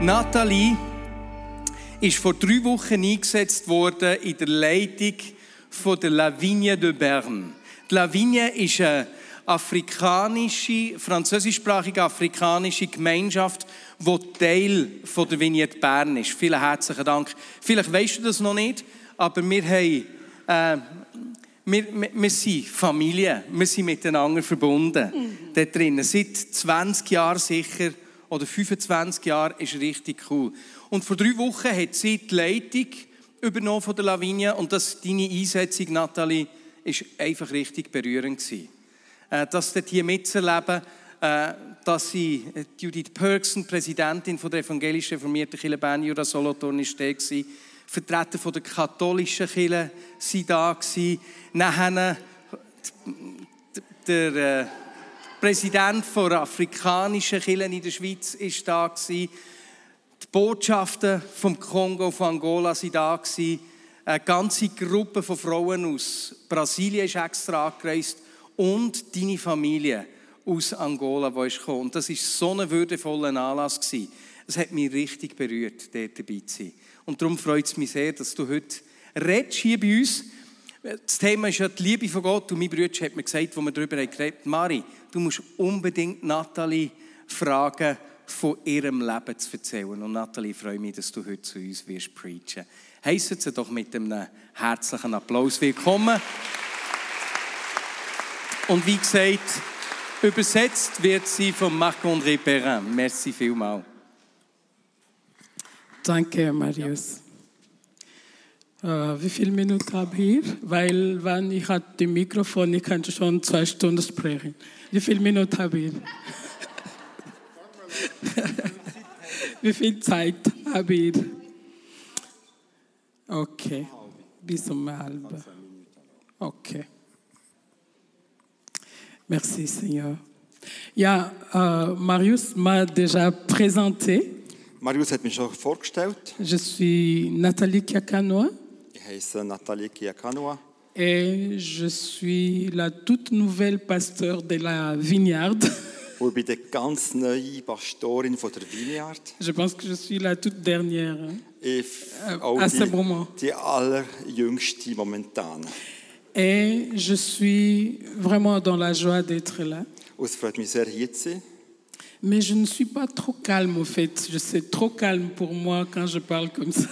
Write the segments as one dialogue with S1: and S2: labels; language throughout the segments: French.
S1: Nathalie ist vor drei Wochen eingesetzt worden in der Leitung von der Lavigne de Bern. Die Lavigne ist eine afrikanische, französischsprachige afrikanische Gemeinschaft, die Teil von der Vignette Bern ist. Vielen herzlichen Dank. Vielleicht weißt du das noch nicht, aber wir haben, äh, wir, wir, wir sind Familie, wir sind miteinander verbunden. Dort drinnen. Seit 20 Jahren sicher oder 25 Jahre ist richtig cool. Und vor drei Wochen hat sie die Leitung übernommen von der Lavinia und das, deine Einsetzung, Nathalie, ist einfach richtig berührend gewesen. Äh, das dort hier mitzuerleben, äh, dass sie äh, Judith Perksen, Präsidentin von der evangelisch reformierten Kirche Bern, Jura Solothurn, ist da gewesen. Vertreter von der katholischen Kirche sind da gewesen. Nachher die- der... Äh, Präsident der afrikanischen Kirche in der Schweiz ist da gewesen. Die Botschaften vom Kongo, von Angola sind da gewesen. Eine ganze Gruppe von Frauen aus Brasilien ist extra angereist und deine Familie aus Angola, die ist gekommen. Und das ist so ein würdevoller Anlass gewesen. Es hat mich richtig berührt, dort dabei zu sein. Und darum freut es mich sehr, dass du heute redest hier bei uns. Das Thema ist ja die Liebe von Gott. Und mein Bruder hat mir gesagt, als wir darüber geredet haben, Mari, du musst unbedingt Nathalie fragen, von ihrem Leben zu erzählen. Und Nathalie, ich freue mich, dass du heute zu uns wirst preachen. Heissen Sie doch mit einem herzlichen Applaus willkommen. Und wie gesagt, übersetzt wird sie von Marc-André Perrin. Merci vielmals.
S2: Danke, Marius. Äh, wie viele Minuten habe ich? Weil, wenn ich hat die Mikrofon, ich kann schon zwei Stunden sprechen. Wie viele Minuten habe ich? wie viel Zeit habe ich? Okay, bis um halb. Okay. Merci, Seigneur. Ja, äh, Marius m'a déjà présenté.
S3: Marius hat mich schon vorgestellt.
S2: Je suis Nathalie Kiakanoa
S3: Ich heiße Nathalie Kiakanua
S2: et je suis la toute nouvelle pasteur de la Vignarde.
S3: und ich bin die ganz neue Pastorin von der Vineyard.
S2: Je pense que je suis la toute dernière. hein.
S3: Ich auch
S2: à ce moment.
S3: die, die allerjüngste momentan.
S2: Et je suis vraiment dans la joie d'être là.
S3: Und es freut mich sehr, hier zu sein.
S2: Mais je ne suis pas trop calme, au fait. Je suis trop calme pour moi quand je parle comme ça.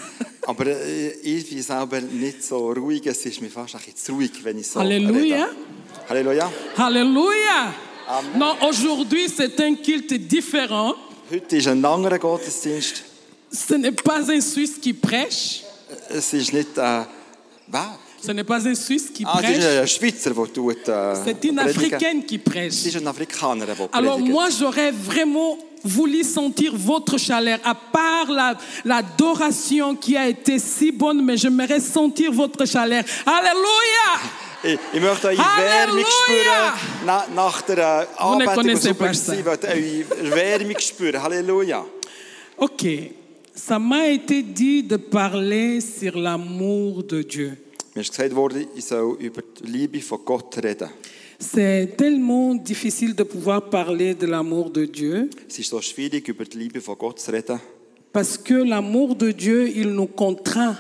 S3: Aber äh, ich bin selber nicht so ruhig. Es ist mir fast ein bisschen zu ruhig, wenn ich so
S2: Halleluja.
S3: rede. Halleluja.
S2: Alléluia!
S3: Amen.
S2: Non, aujourd'hui, c'est un culte différent.
S3: Heute ist ein anderer Gottesdienst.
S2: Ce n'est pas un Suisse qui prêche.
S3: Es ist nicht... Äh, wer?
S2: Ce n'est pas un Suisse qui
S3: Ah, es ist
S2: prêche.
S3: ein Schweizer, der tut... Äh,
S2: C'est une
S3: predigen.
S2: Africaine qui
S3: Es ist
S2: prêche.
S3: ein Afrikaner, der predigt.
S2: Alors moi, j'aurais vraiment voulu sentir votre chaleur, à part la- l'adoration qui a été si bonne, mais j'aimerais sentir votre chaleur. Alléluia!
S3: Ich, ich möchte eure Wärme
S2: Halleluja!
S3: spüren. Na, nach der äh,
S2: Und ich
S3: Anbetung,
S2: konnte
S3: die super war,
S2: es nicht
S3: ich möchte eure Wärme spüren. Halleluja.
S2: Ok, ça m'a été dit de parler sur l'amour de Dieu.
S3: Mir ist gesagt worden, ich soll über die Liebe von Gott reden.
S2: C'est tellement difficile de pouvoir parler de l'amour de Dieu
S3: Es ist so schwierig, über die Liebe von Gott zu reden,
S2: parce que l'amour de Dieu, il nous contraint.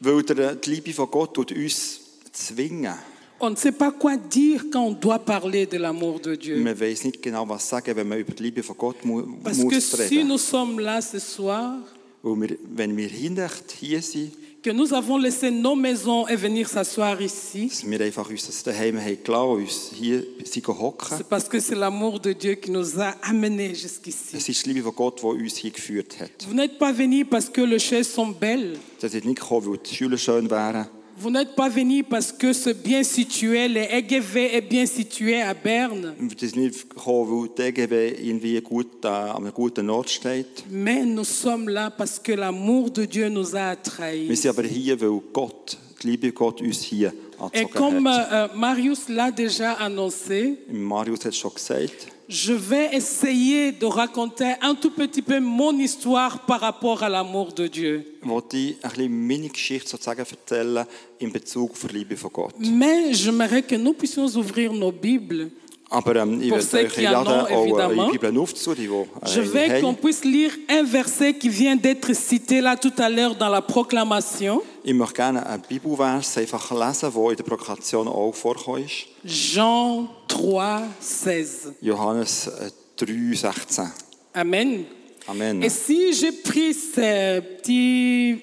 S3: weil der, äh, die Liebe von Gott tut uns zwingen.
S2: On ne sait pas quoi dire quand on doit parler de l'amour de Dieu.
S3: Man weiß nicht genau, was sagen, wenn man über die Liebe von Gott mu
S2: Parce que
S3: muss
S2: si
S3: reden.
S2: nous sommes là ce soir,
S3: Weil wir, wenn wir hinten hier sind,
S2: que nous avons laissé nos maisons et venir s'asseoir ici,
S3: dass wir einfach unser Daheim haben gelassen, und uns hier sind hocken.
S2: c'est parce que c'est l'amour de Dieu qui nous a amenés jusqu'ici.
S3: Es ist die Liebe von Gott, die uns hier geführt hat.
S2: Vous n'êtes pas venus parce que les chaises sont belles.
S3: Sie sind nicht gekommen, weil die Schüler schön wären.
S2: Vous n'êtes pas venu parce que c'est bien situé, le EGV est bien situé à Berne,
S3: Wir sind nicht gekommen, weil die EGB irgendwie gut, äh, an einem guten Ort steht.
S2: mais nous sommes là parce que l'amour de Dieu nous a
S3: Wir
S2: attrahis.
S3: sind aber hier, weil Gott, die Liebe Gott uns hier
S2: Et
S3: angezogen
S2: comme
S3: hat.
S2: euh, Marius l'a déjà annoncé,
S3: Marius hat es schon gesagt.
S2: je vais essayer de raconter un tout petit peu mon histoire par rapport à l'amour de Dieu.
S3: wollte ich ein bisschen meine Geschichte sozusagen erzählen in Bezug auf die Liebe von Gott.
S2: Mais j'aimerais que nous puissions ouvrir nos Bibles.
S3: Aber ähm, ich
S2: Pour
S3: möchte
S2: ceux
S3: euch
S2: qui en
S3: einladen,
S2: ont,
S3: auch äh,
S2: évidemment.
S3: eure Bibeln aufzunehmen, die
S2: Je
S3: äh,
S2: veux qu'on
S3: haben.
S2: puisse lire un verset qui vient d'être cité là tout à l'heure dans la proclamation.
S3: Ich möchte gerne einen Bibelvers einfach lesen, der in der Proklamation auch vorkommt.
S2: Jean 3, 16.
S3: Johannes äh, 3, 16.
S2: Amen.
S3: Amen.
S2: Et si j'ai pris ces petits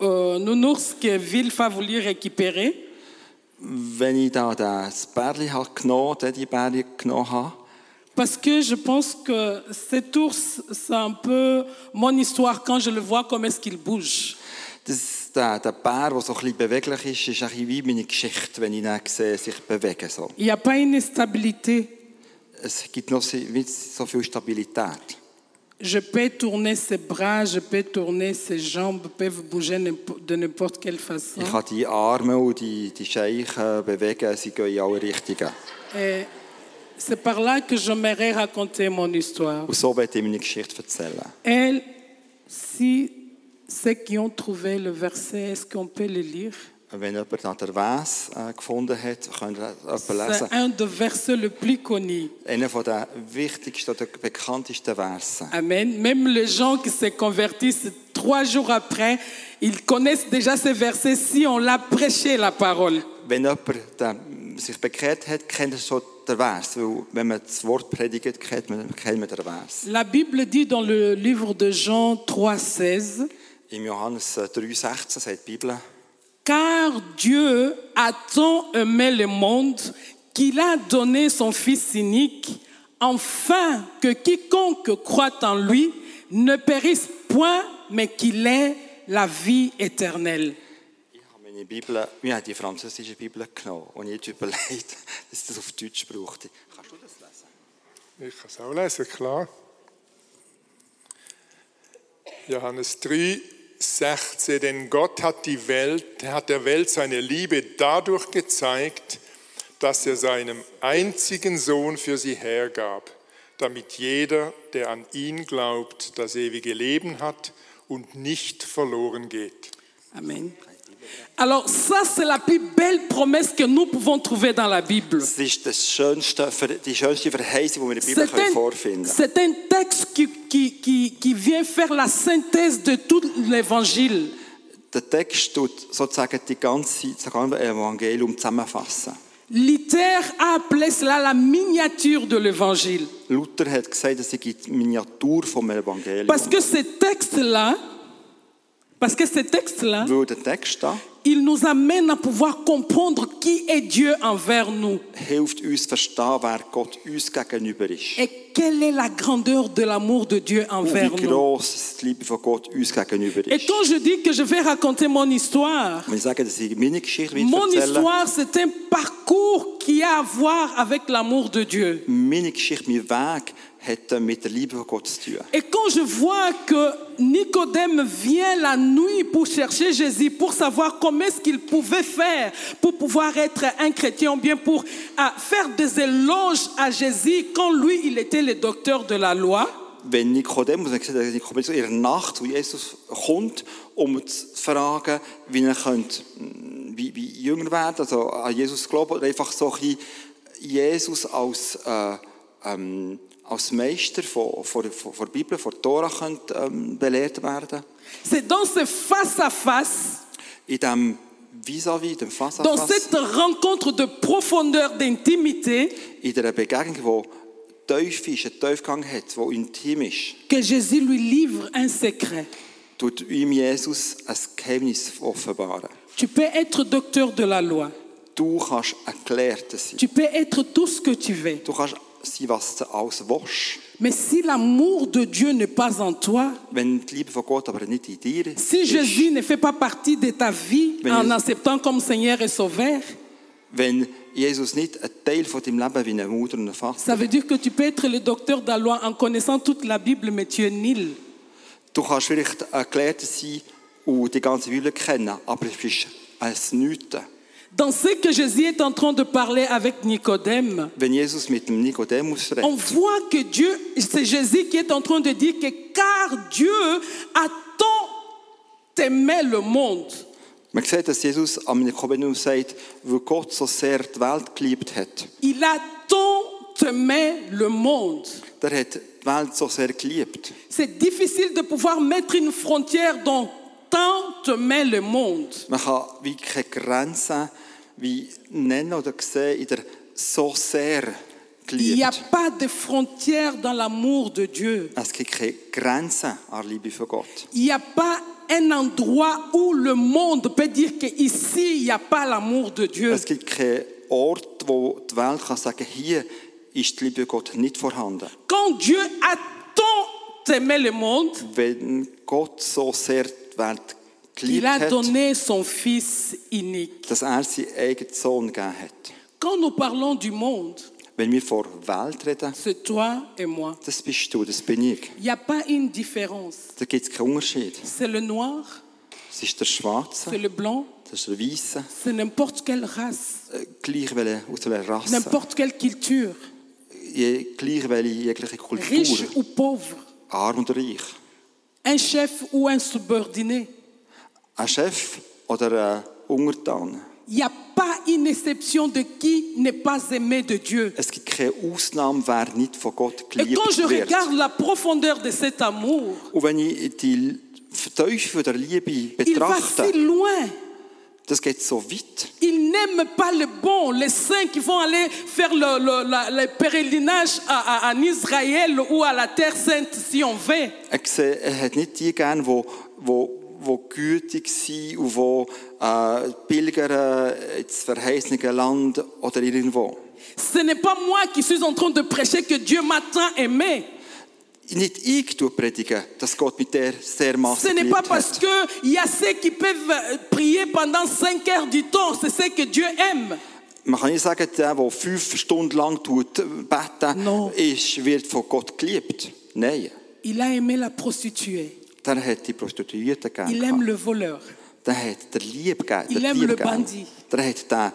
S2: euh, nounours que Vilfa a voulu récupérer,
S3: Wenn ich da das Bärli habe genommen habe, die Bärli genommen habe,
S2: Parce que je pense que cet ours, c'est un peu mon histoire quand je le vois, comment est-ce qu'il bouge.
S3: das, der, der Bär, der so ein bisschen beweglich ist, ist ein bisschen wie meine Geschichte, wenn ich ihn sehe, sich bewegen. So.
S2: Il n'y a pas une stabilité.
S3: Es gibt noch so- nicht so viel Stabilität.
S2: Je peux tourner ses bras, je peux tourner ses jambes, peuvent bouger n'impo- de n'importe quelle façon.
S3: Ich kann die Arme und die, die Scheichen bewegen, sie gehen in alle Richtungen.
S2: Et c'est par là que j'aimerais raconter mon histoire.
S3: Und so werde ich meine Geschichte erzählen.
S2: Elle, si ceux qui ont trouvé le verset, est-ce qu'on peut le lire
S3: Und Wenn jemand da der Vers äh, gefunden hat, könnt ihr jemanden
S2: C'est
S3: lesen.
S2: un des versets les plus connus.
S3: Einer von der wichtigsten oder bekanntesten Versen.
S2: Amen. Même les gens qui se convertissent trois jours après, ils connaissent déjà ces versets si on l'a prêché la parole.
S3: Wenn jemand den, sich bekehrt hat, kennt er schon den Vers. Weil wenn man das Wort predigt, kennt man, kennt man den Vers.
S2: La Bible dit dans le livre de Jean 3,16
S3: Im Johannes äh, 3,16 sagt die Bibel,
S2: Car Dieu a tant aimé le monde qu'il a donné son Fils unique, afin que quiconque croit en lui ne périsse point, mais qu'il ait la vie éternelle.
S3: ich habe meine Bibel, ich habe die französische Bibel genommen und jetzt überlegt, dass ich das auf Deutsch brauchte. Kannst du das lesen?
S4: Ich kann es auch lesen, klar. Johannes 3, 16. Denn Gott hat, die Welt, hat der Welt seine Liebe dadurch gezeigt, dass er seinem einzigen Sohn für sie hergab, damit jeder, der an ihn glaubt, das ewige Leben hat und nicht verloren geht.
S2: Amen. Alors ça, c'est la plus belle promesse que nous pouvons trouver dans la Bible.
S3: Das ist das schönste, die schönste Verheißung, die wir in der Bibel
S2: C'est
S3: können
S2: un,
S3: vorfinden können.
S2: c'est un texte qui, qui, qui, qui vient faire la synthèse de tout l'évangile.
S3: Der Text tut sozusagen die ganze, das ganze Evangelium zusammenfassen.
S2: Luther a appelé cela la miniature de l'évangile.
S3: Luther hat gesagt, es sei die Miniatur vom Evangelium.
S2: Parce que ce texte-là, parce que ce texte-là,
S3: Weil der Text da
S2: il nous amène à pouvoir comprendre qui est Dieu envers nous
S3: hilft uns zu verstehen, wer Gott uns gegenüber ist.
S2: et quelle est la grandeur de l'amour de Dieu
S3: Und
S2: envers
S3: wie
S2: nous.
S3: gross die Liebe von Gott uns gegenüber
S2: Et
S3: ist.
S2: quand je dis que je vais raconter mon histoire,
S3: Wenn ich sage, dass ich meine Geschichte
S2: Mon
S3: weiter erzähle,
S2: histoire, c'est un parcours qui a à voir avec l'amour de Dieu.
S3: meine Geschichte, mein Weg, hat äh, mit der Liebe von Gott zu tun.
S2: Et quand je vois que Nicodème vient la nuit pour chercher Jésus, pour savoir comment est-ce qu'il pouvait faire pour pouvoir être un chrétien, ou bien pour ah, faire des éloges à Jésus quand lui, il était le docteur de la loi,
S3: wenn Nikodemus, er gesagt, Nikodemus in der Nacht, wo Jesus kommt, um zu fragen, wie er könnte, mm, wie, wie jünger werden, also an Jesus glauben, oder einfach so ein bisschen Jesus als, äh, ähm, als Meister von, von, von, von der Bibel, von der Tora könnte, ähm, belehrt werden.
S2: c'est dans ce face-à-face,
S3: In diesem Vis-à-vis, dem face à
S2: dans
S3: -face,
S2: cette rencontre de profondeur, d'intimité,
S3: in dieser Begegnung, die tief ist, einen Tiefgang hat, die intim ist,
S2: que Jésus lui livre un secret.
S3: tut ihm Jesus ein Geheimnis offenbaren.
S2: Tu peux être docteur de la loi.
S3: Du kannst ein Gelehrter sein.
S2: Tu peux être tout ce que tu veux.
S3: Du kannst sein, was du auswaschst.
S2: Mais si l'amour de Dieu n'est pas en toi,
S3: Wenn die Liebe von Gott aber nicht in dir ist,
S2: si Jésus ne fait pas partie de ta vie
S3: Mais
S2: en
S3: Jésus-
S2: acceptant comme Seigneur et Sauveur,
S3: wenn Jesus nicht ein Teil von deinem Leben wie eine Mutter und ein Vater
S2: ça veut dire que tu peux être le docteur de la loi en connaissant toute la Bible, mais tu es nil.
S3: Du kannst vielleicht ein Gelehrter sein und die ganze Bibel kennen, aber es ist ein Nichts.
S2: Dans ce que Jésus est en train de parler avec Nicodème,
S3: Wenn Jesus mit dem Nikodemus
S2: on
S3: redet,
S2: voit que Dieu, c'est Jésus qui est en train de dire que car Dieu a tant aimé le monde,
S3: man sieht, dass Jesus am Nikodemus sagt, weil Gott so sehr die Welt geliebt hat.
S2: il a tant aimé le monde.
S3: Der hat die Welt so sehr geliebt.
S2: C'est difficile de pouvoir mettre une frontière dans tant aimé le monde.
S3: Man kann wie keine Grenzen wie nennen oder sehen in der so sehr
S2: Il n'y a
S3: geliebt.
S2: pas de frontière dans l'amour de Dieu.
S3: Es gibt keine Grenzen an der Liebe von Gott.
S2: Il n'y a pas un endroit où le monde peut dire qu'ici, il n'y a pas l'amour de Dieu.
S3: Es gibt keinen Ort, wo die Welt kann sagen hier ist die Liebe Gott nicht vorhanden.
S2: Quand Dieu a tant aimé le monde,
S3: Wenn Gott so sehr die Welt geliebt
S2: il a
S3: hat,
S2: donné son Fils unique.
S3: dass er seinen eigenen Sohn gegeben hat.
S2: Quand nous parlons du monde,
S3: Wenn wir vor Welt reden,
S2: c'est toi et moi.
S3: das bist du, das bin ich.
S2: Il n'y a pas une différence.
S3: Da gibt es keinen Unterschied.
S2: C'est le noir,
S3: Das ist der Schwarze,
S2: c'est le blanc,
S3: das ist der Weiße,
S2: c'est n'importe quelle race,
S3: äh, gleich welche aus welcher Rasse,
S2: n'importe quelle culture,
S3: je, gleich welche jegliche Kultur,
S2: riche ou pauvre,
S3: arm oder reich.
S2: un chef ou un subordonné.
S3: Ein Chef oder ein Untertan.
S2: Il n'y a pas une exception de qui n'est pas aimé de Dieu.
S3: Es gibt keine Ausnahme, wer nicht von Gott
S2: Et quand
S3: geliebt
S2: je
S3: wird.
S2: regarde la profondeur de cet amour,
S3: Und wenn ich die Verteufel der Liebe
S2: il va si
S3: betrachte,
S2: loin.
S3: das geht so weit.
S2: Il n'aime pas les bons, les saints qui vont aller faire le, le- la- le pèlerinage à- à- en Israël ou à la Terre Sainte si on veut.
S3: Er, sieht, er hat nicht die gern, wo, wo, wo gütig sind und wo äh, pilgern ins verheißene Land oder irgendwo.
S2: Ce n'est pas moi qui suis en train de prêcher que Dieu m'a tant aimé.
S3: Nicht ich tue predigen, dass Gott mit der sehr
S2: Ce
S3: massig
S2: n'est pas
S3: geliebt
S2: parce
S3: hat.
S2: qu'il y a ceux qui peuvent euh, prier pendant cinq heures du temps, c'est ce que Dieu aime.
S3: Man kann nicht sagen, der, der fünf Stunden lang tut, beten
S2: No.
S3: ist, wird von Gott geliebt. Nein,
S2: Il a aimé la prostituée.
S3: der hat die Prostituierte gern.
S2: Il aime
S3: gehabt.
S2: le voleur.
S3: Der hat der Lieb gegeben.
S2: Il
S3: der
S2: aime
S3: Dieb
S2: le
S3: gegeben.
S2: bandit.
S3: Der hat den,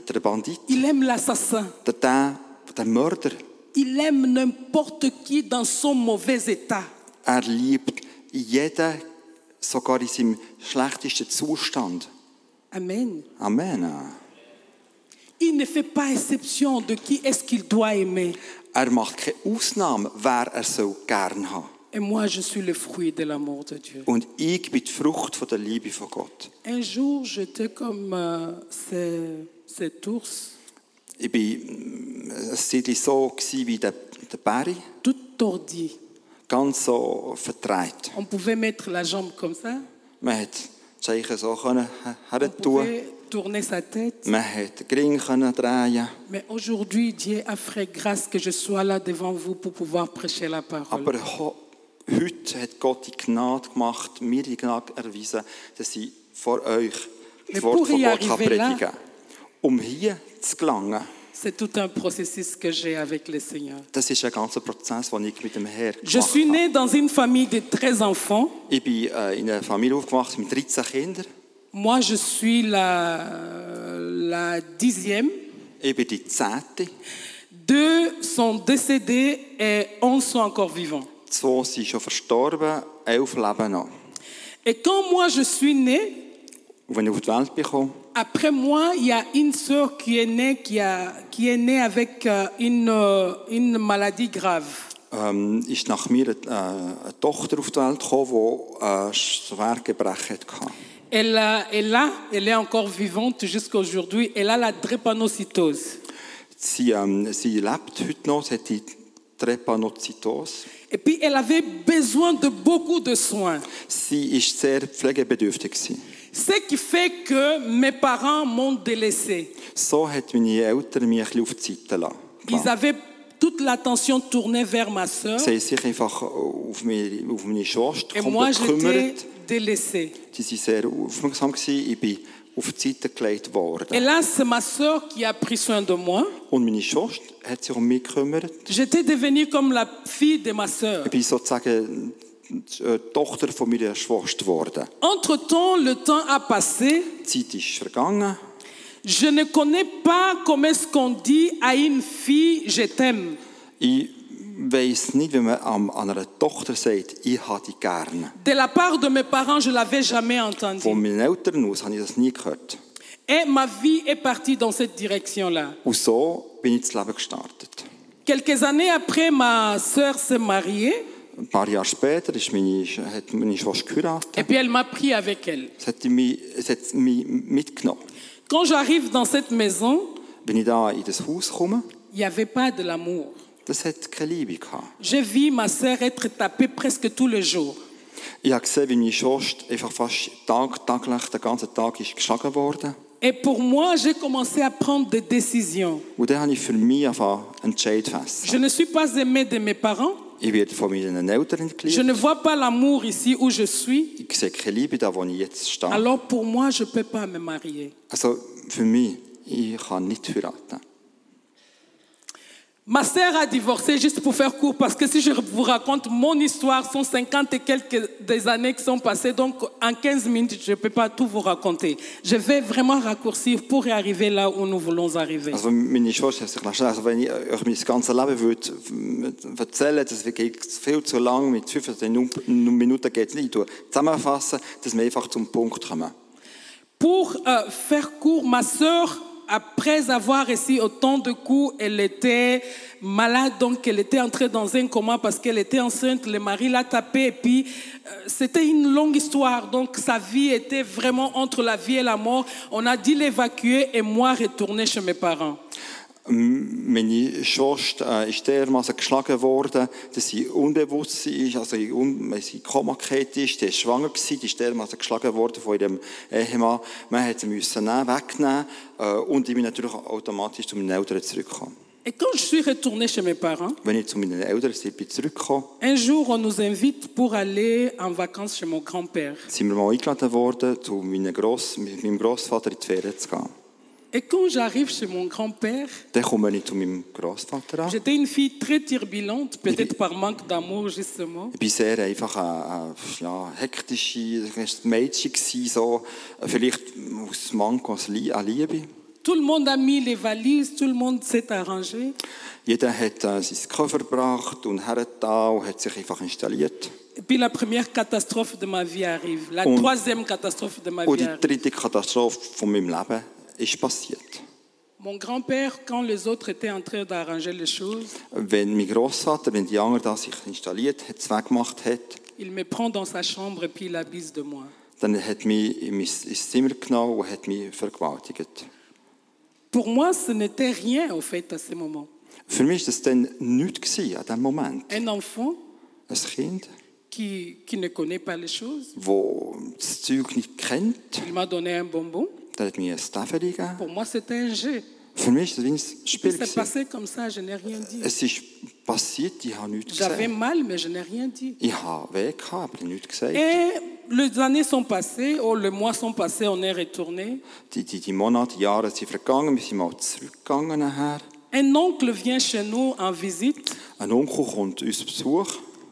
S3: den, den Bandit,
S2: Il aime l'assassin.
S3: der, den, den Mörder.
S2: Il aime n'importe qui dans son mauvais état.
S3: Er liebt jeden, sogar in seinem schlechtesten Zustand.
S2: Amen.
S3: Amen.
S2: Il ne fait pas exception de qui est-ce qu'il doit aimer.
S3: Er macht keine Ausnahme, wer er so gern hat.
S2: Et moi, je suis le fruit de l'amour de Dieu.
S3: Und ich bin die Frucht von der Liebe von Gott.
S2: Un jour, j'étais comme euh, ce- cet ours,
S3: Ich war ein Zeitchen so gewesen wie der, der Barry,
S2: tout tordi.
S3: ganz so verdreht.
S2: On pouvait mettre la jambe comme ça,
S3: Man hat die Zeichen so können
S2: on
S3: her tun.
S2: pouvait tourner sa tête.
S3: Man hat den Gring können drehen.
S2: Mais aujourd'hui, Dieu a fait grâce que je sois là devant vous pour pouvoir prêcher la parole.
S3: Aber ho- heute hat Gott die Gnade gemacht, mir die Gnade erwiesen, dass ich vor euch das
S2: Mais
S3: Wort
S2: pour
S3: von
S2: y
S3: Gott kann
S2: arriver là-
S3: predigen kann. Um hier zu gelangen,
S2: C'est tout un processus que j'ai avec le Seigneur.
S3: das ist ein ganzer Prozess, den ich mit dem Herrn
S2: Je
S3: gemacht
S2: suis
S3: habe.
S2: née dans une famille de 13 enfants.
S3: Ich bin äh, in einer Familie aufgewachsen mit 13 Kindern.
S2: Moi, je suis la, la dixième.
S3: Ich bin die Zehnte.
S2: Deux sont décédés et onze sont encore vivants.
S3: Zwei sind schon verstorben, elf leben noch.
S2: Et quand moi je suis née,
S3: Und wenn ich auf die Welt bin, gekommen,
S2: après moi, il y a une sœur qui est née, qui a, qui est née avec euh, une, euh, une maladie grave.
S3: ähm, ist nach mir äh, eine Tochter auf die Welt gekommen, die äh, schwer Gebrechen hatte.
S2: Elle, a- elle, a- elle est encore vivante jusqu'à aujourd'hui. Elle a la drépanocytose.
S3: Sie, ähm, sie lebt heute noch, sie hat die Trepanozytose.
S2: Et puis, elle avait besoin de beaucoup de soins.
S3: Sie war sehr pflegebedürftig. gewesen.
S2: Ce qui fait que mes parents m'ont délaissée.
S3: So hat meine Eltern mich ein bisschen auf die Seite gelassen.
S2: Ils avaient toute l'attention tournait vers ma sœur
S3: Sie haben sich einfach auf meine, auf meine Schwester
S2: et moi
S3: komplett
S2: j'étais
S3: gekümmert.
S2: délaissée.
S3: Sie waren sehr aufmerksam. Gewesen. Ich bin auf die Seite gelegt
S2: Et
S3: worden.
S2: là, c'est ma sœur qui a pris soin de moi.
S3: Und meine Schwester hat sich um mich gekümmert.
S2: J'étais devenue comme la fille de ma sœur.
S3: Ich bin sozusagen die äh, Tochter von meiner Schwester geworden.
S2: Entre-temps, le temps a passé.
S3: Die Zeit ist vergangen.
S2: Je ne connais pas comment est-ce qu'on dit à une fille je t'aime.
S3: Ich weiss nicht, wenn man am- an einer Tochter sagt, ich habe dich gerne.
S2: De la part de mes parents, je l'avais jamais
S3: Von
S2: entendu.
S3: meinen Eltern aus habe ich das nie gehört.
S2: Et ma vie est partie dans cette direction-là.
S3: Und so bin ich ins Leben gestartet.
S2: Quelques années après, ma sœur s'est mariée
S3: Ein paar Jahre später ist meine, Sch- hat meine Schwester geheiratet.
S2: et puis elle m'a pris avec elle.
S3: Es hat mich, es hat mich mitgenommen.
S2: Quand j'arrive dans cette maison,
S3: Wenn ich da in das Haus komme,
S2: il n'y avait pas de l'amour.
S3: das hat keine Liebe gehabt.
S2: J'ai vu ma sœur être tapée presque tous les jours.
S3: Ich habe gesehen, wie meine Schwester einfach fast tag, taglich den ganzen Tag ist geschlagen worden.
S2: Et pour moi, j'ai commencé à prendre des décisions.
S3: Und dann habe ich für mich angefangen, Entscheid fest.
S2: Je ne suis pas aimée de mes parents.
S3: Ich werde von meinen Eltern
S2: Je
S3: geliebt.
S2: ne vois pas l'amour ici où je suis.
S3: Ich sehe keine Liebe da, wo ich jetzt stehe.
S2: Alors pour moi, je ne peux pas me marier.
S3: Also für mich, ich kann nicht heiraten.
S2: Ma sœur a divorcé, juste pour faire court, parce que si je vous raconte mon histoire, sont 50 et quelques des années qui sont passées, donc en 15 minutes, je ne peux pas tout vous raconter. Je vais vraiment raccourcir pour arriver là où nous voulons arriver.
S3: Also meine Schwester hat sich lassen. Also wenn ich euch mein ganzes Leben würde erzählen, das geht viel zu lang, mit 15 Nu- Minuten geht es nicht. Ich tue Zusammenfassen, dass wir einfach zum Punkt kommen.
S2: Pour euh, faire court, ma sœur, après avoir reçu autant de coups, elle était malade, donc elle était entrée dans un coma parce qu'elle était enceinte. Le mari l'a tapée et puis euh, c'était une longue histoire. Donc sa vie était vraiment entre la vie et la mort. On a dû l'évacuer et moi retourner chez mes parents.
S3: Meine Schwester äh, ist dermaßen geschlagen worden, dass sie unbewusst ist, also in un wenn sie in Koma gefallen ist, die ist schwanger gewesen, die ist dermaßen geschlagen worden von ihrem Ehemann. Man hat sie müssen nehmen, wegnehmen äh, und ich bin natürlich automatisch zu meinen Eltern zurückgekommen.
S2: Et quand je suis retournée chez mes parents,
S3: Wenn ich zu meinen Eltern sind, bin ich zurückgekommen,
S2: un jour on nous invite pour aller en vacances chez mon grand-père.
S3: sind wir mal eingeladen worden, zu meinem Gross, mit meinem Grossvater in die Ferien zu gehen.
S2: Et quand j'arrive chez mon grand-père,
S3: Dann komme ich zu meinem Grossvater an.
S2: J'étais une fille très turbulente, peut-être par manque d'amour justement.
S3: Ich war sehr einfach eine, ja, hektische ein Mädchen, gewesen, so, vielleicht aus Manko an Lie- an Liebe.
S2: Tout le monde a mis les valises, tout le monde s'est arrangé.
S3: Jeder hat äh, seinen Koffer gebracht und hergetan und hat sich einfach installiert.
S2: Et puis la première catastrophe de ma vie arrive, la
S3: On-
S2: troisième catastrophe de ma
S3: Und
S2: vie
S3: die
S2: arrive.
S3: dritte Katastrophe von meinem Leben ist passiert.
S2: Mon grand-père, quand les autres étaient en train d'arranger les choses,
S3: Wenn mein Grossvater, wenn die anderen da sich installiert hat, es weggemacht hat,
S2: il me prend dans sa chambre et puis il abuse de moi.
S3: dann hat mich in mein, ins Zimmer genommen und hat mich vergewaltigt.
S2: Pour moi, ce n'était rien au fait à ce moment.
S3: Für mich war das dann nichts gewesen, an diesem Moment.
S2: Un enfant
S3: Ein Kind,
S2: qui, qui ne connaît pas les choses,
S3: das das Zeug nicht kennt,
S2: il m'a donné un bonbon.
S3: Der hat mir ein Staffel gegeben.
S2: Pour moi, c'était un jeu.
S3: Für mich war es wie ein
S2: Puis
S3: Spiel.
S2: c'est
S3: gewesen.
S2: passé comme ça, je n'ai rien dit.
S3: Es ist passiert, ich habe nichts
S2: J'avais
S3: gesehen.
S2: mal, mais je n'ai rien dit.
S3: Ich habe weh gehabt, aber ich habe nichts gesagt.
S2: Et les années sont passées, oh, les mois sont passés, on est retourné.
S3: Die, die, die Monate, die Jahre sind vergangen, wir sind mal zurückgegangen nachher.
S2: Un oncle vient chez nous en visite
S3: Ein Onkel kommt uns Besuch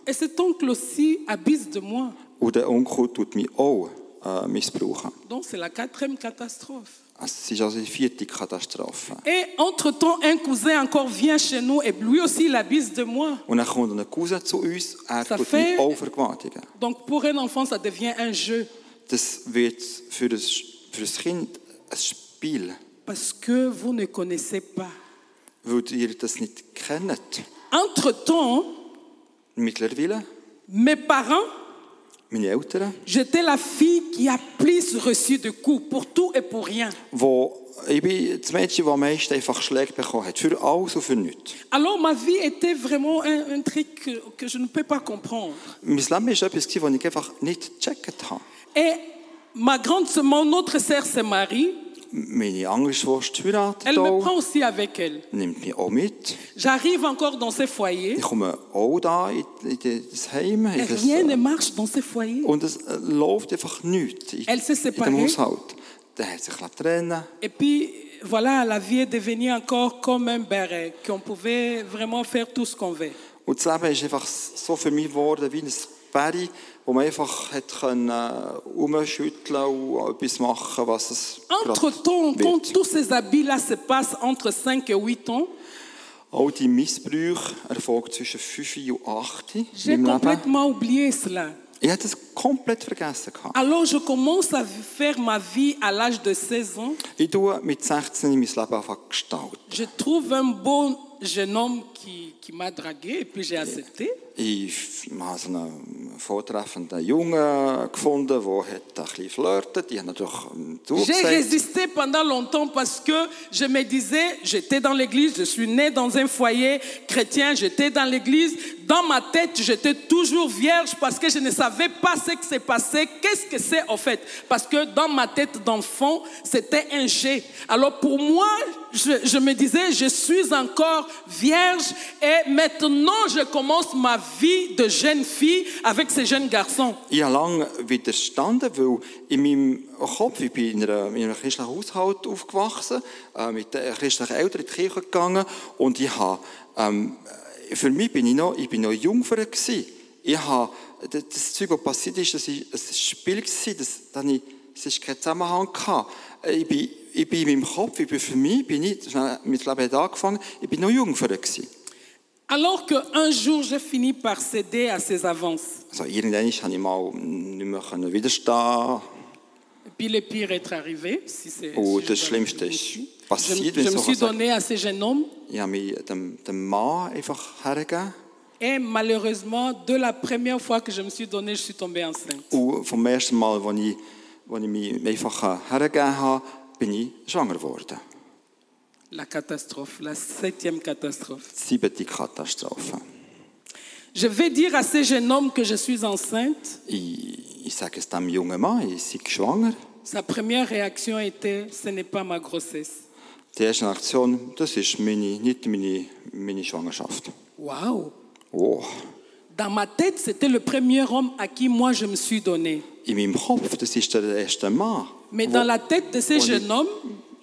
S2: et cet oncle aussi abuse de moi.
S3: und der Onkel tut mich auch äh, missbrauchen.
S2: Donc c'est la quatrième catastrophe.
S3: Es ist also die vierte Katastrophe.
S2: Et entre-temps, un cousin encore vient chez nous et lui aussi il abuse de moi.
S3: Und dann kommt ein Cousin zu uns, er
S2: Ça
S3: tut
S2: fait-
S3: mich auch vergewaltigen.
S2: Donc pour un enfant, ça devient un jeu.
S3: Das wird für das, für das Kind ein Spiel,
S2: Parce que vous ne connaissez pas.
S3: weil ihr das nicht kennt.
S2: Entre-temps,
S3: Mittlerweile
S2: mes parents,
S3: meine Eltern,
S2: j'étais la fille qui a plus reçu de coups pour tout et pour rien.
S3: wo ich bin das Mädchen, das am meisten einfach Schläge bekommen hat. Für alles und für nichts.
S2: Alors ma vie était vraiment un, un truc que, que je ne peux pas comprendre.
S3: Mein Leben war etwas, das ich einfach nicht gecheckt habe.
S2: Et ma grande, sœur- mon autre sœur se marie
S3: Meine Angstwurst heiratet
S2: Elle me
S3: auch,
S2: prend aussi avec elle.
S3: nimmt mich auch mit.
S2: J'arrive encore dans ces foyers.
S3: Ich komme auch da in, in das Heim. In das,
S2: Rien ne marche dans ces foyers.
S3: und es äh, läuft einfach nichts in,
S2: Elle s'est
S3: in
S2: séparée.
S3: dem Haushalt. Der hat sich trennen lassen.
S2: Et puis, voilà, la vie est devenue encore comme un béret, qu'on pouvait vraiment faire tout ce qu'on veut.
S3: Und das Leben ist einfach so für mich geworden wie ein Berry, wo man einfach hat können, äh, umschütteln und etwas machen, was es
S2: Entre-temps,
S3: grad
S2: quand
S3: wird.
S2: tous ces habits-là se passent entre 5 et 8 ans,
S3: All die Missbrüche erfolgt zwischen 5 und 8 in
S2: j'ai
S3: meinem Leben.
S2: complètement oublié cela.
S3: Ich hatte es komplett vergessen. Gehabt.
S2: Alors, je commence à faire ma vie à l'âge de 16 ans.
S3: Ich tue mit 16 mein Leben einfach gestalten.
S2: Je trouve un beau jeune homme qui, qui m'a dragué et puis j'ai accepté.
S3: Ich habe so einen vortreffenden Jungen gefunden, der hat ein bisschen flirtet. Ich habe natürlich ähm,
S2: J'ai
S3: zugesagt.
S2: résisté pendant longtemps parce que je me disais, j'étais dans l'église, je suis né dans un foyer chrétien, j'étais dans l'église. Dans ma tête, j'étais toujours vierge parce que je ne savais pas ce qui s'est passé, qu'est-ce que c'est en fait. Parce que dans ma tête d'enfant, c'était un jet. Alors pour moi, je, je me disais, je suis encore vierge et maintenant je commence ma vie de jeune fille avec ces jeunes garçons.
S3: Ich habe lange widerstanden, weil in meinem Kopf, ich bin in, einer, in einem christlichen Haushalt aufgewachsen, äh, mit den christlichen Eltern in die Kirche gegangen und ich habe, ähm, für mich bin ich noch, ich bin noch Jungfer gewesen. Ich habe, das, das Zeug, was passiert ist, das ist ein Spiel gewesen, das, das, ich, das ist kein Zusammenhang gehabt. Äh, Ich bin, ich bin in meinem Kopf, ich bin für mich, bin ich, schnell, mein Leben hat angefangen, ich bin noch Jungfer gewesen.
S2: Alors qu'un jour, j'ai fini par céder à ces avances.
S3: Also irgendwann konnte ich mal nicht mehr können widerstehen.
S2: Puis le pire est arrivé. Si c'est-
S3: Oh,
S2: si je
S3: das
S2: dois
S3: Schlimmste
S2: le dire.
S3: ist
S2: Je,
S3: passiert, wenn
S2: je
S3: ich
S2: me
S3: so
S2: suis
S3: sagen kann.
S2: donné à ce jeune homme
S3: Ich habe mich dem, dem Mann einfach hergegeben.
S2: et malheureusement, de la première fois que je me suis donné, je suis tombée enceinte.
S3: Und vom ersten Mal, als ich, als ich mich einfach hergegeben habe, bin ich schwanger geworden.
S2: La catastrophe, la septième catastrophe.
S3: Die siebte Katastrophe.
S2: Je vais dire à ce jeune homme que je suis enceinte.
S3: Ich, ich sage es dem jungen Mann, ich sei schwanger.
S2: Sa première réaction était Ce n'est pas ma grossesse.
S3: Die erste Aktion, das ist meine, nicht meine, meine Schwangerschaft.
S2: Waouh
S3: Oh.
S2: Dans ma tête, c'était le premier homme à qui moi je me suis donné.
S3: In meinem Kopf, das ist der erste Mann.
S2: Mais
S3: wo-
S2: dans la tête de ce
S3: wo ich
S2: jeune homme,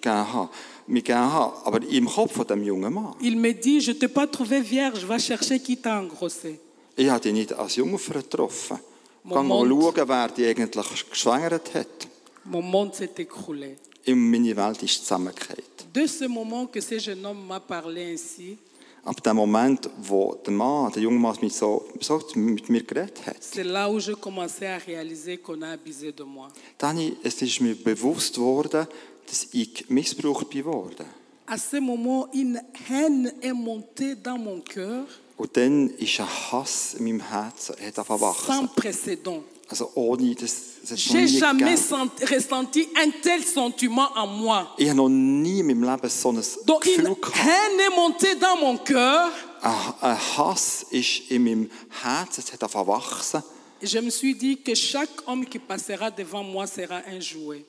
S3: gegeben habe. Mir gegeben habe. Aber im Kopf von dem jungen Mann.
S2: il me dit Je ne t'ai pas trouvé vierge, va chercher qui t'a engrossé.
S3: Ich habe dich nicht als Jungfer getroffen. Geh mal
S2: Moment.
S3: schauen, wer dich eigentlich geschwängert hat.
S2: Mon monde s'est écroulé.
S3: In meine Welt ist zusammengefallen.
S2: De ce moment que ce jeune homme m'a parlé ainsi,
S3: Ab dem Moment, wo der Mann, der junge Mann mit, so, so mit mir geredet hat,
S2: c'est là où je commençais à réaliser qu'on a abusé de moi.
S3: dann i- es ist mir bewusst geworden, dass ich missbraucht bin worden.
S2: À ce moment, une haine est montée dans mon cœur
S3: Und dann ist ein Hass in meinem Herzen hat angefangen zu
S2: sans
S3: wachsen.
S2: précédent.
S3: Also ohne, das, das hat es noch
S2: J'ai
S3: nie
S2: jamais
S3: gegeben.
S2: sent- ressenti un tel sentiment en moi.
S3: Ich habe noch nie in meinem Leben so ein
S2: Donc une
S3: Gefühl gehabt.
S2: haine est montée dans mon cœur.
S3: Ein ein Hass ist in meinem Herzen, es hat angefangen zu wachsen.
S2: Je me suis dit que chaque homme qui passera devant moi sera un jouet.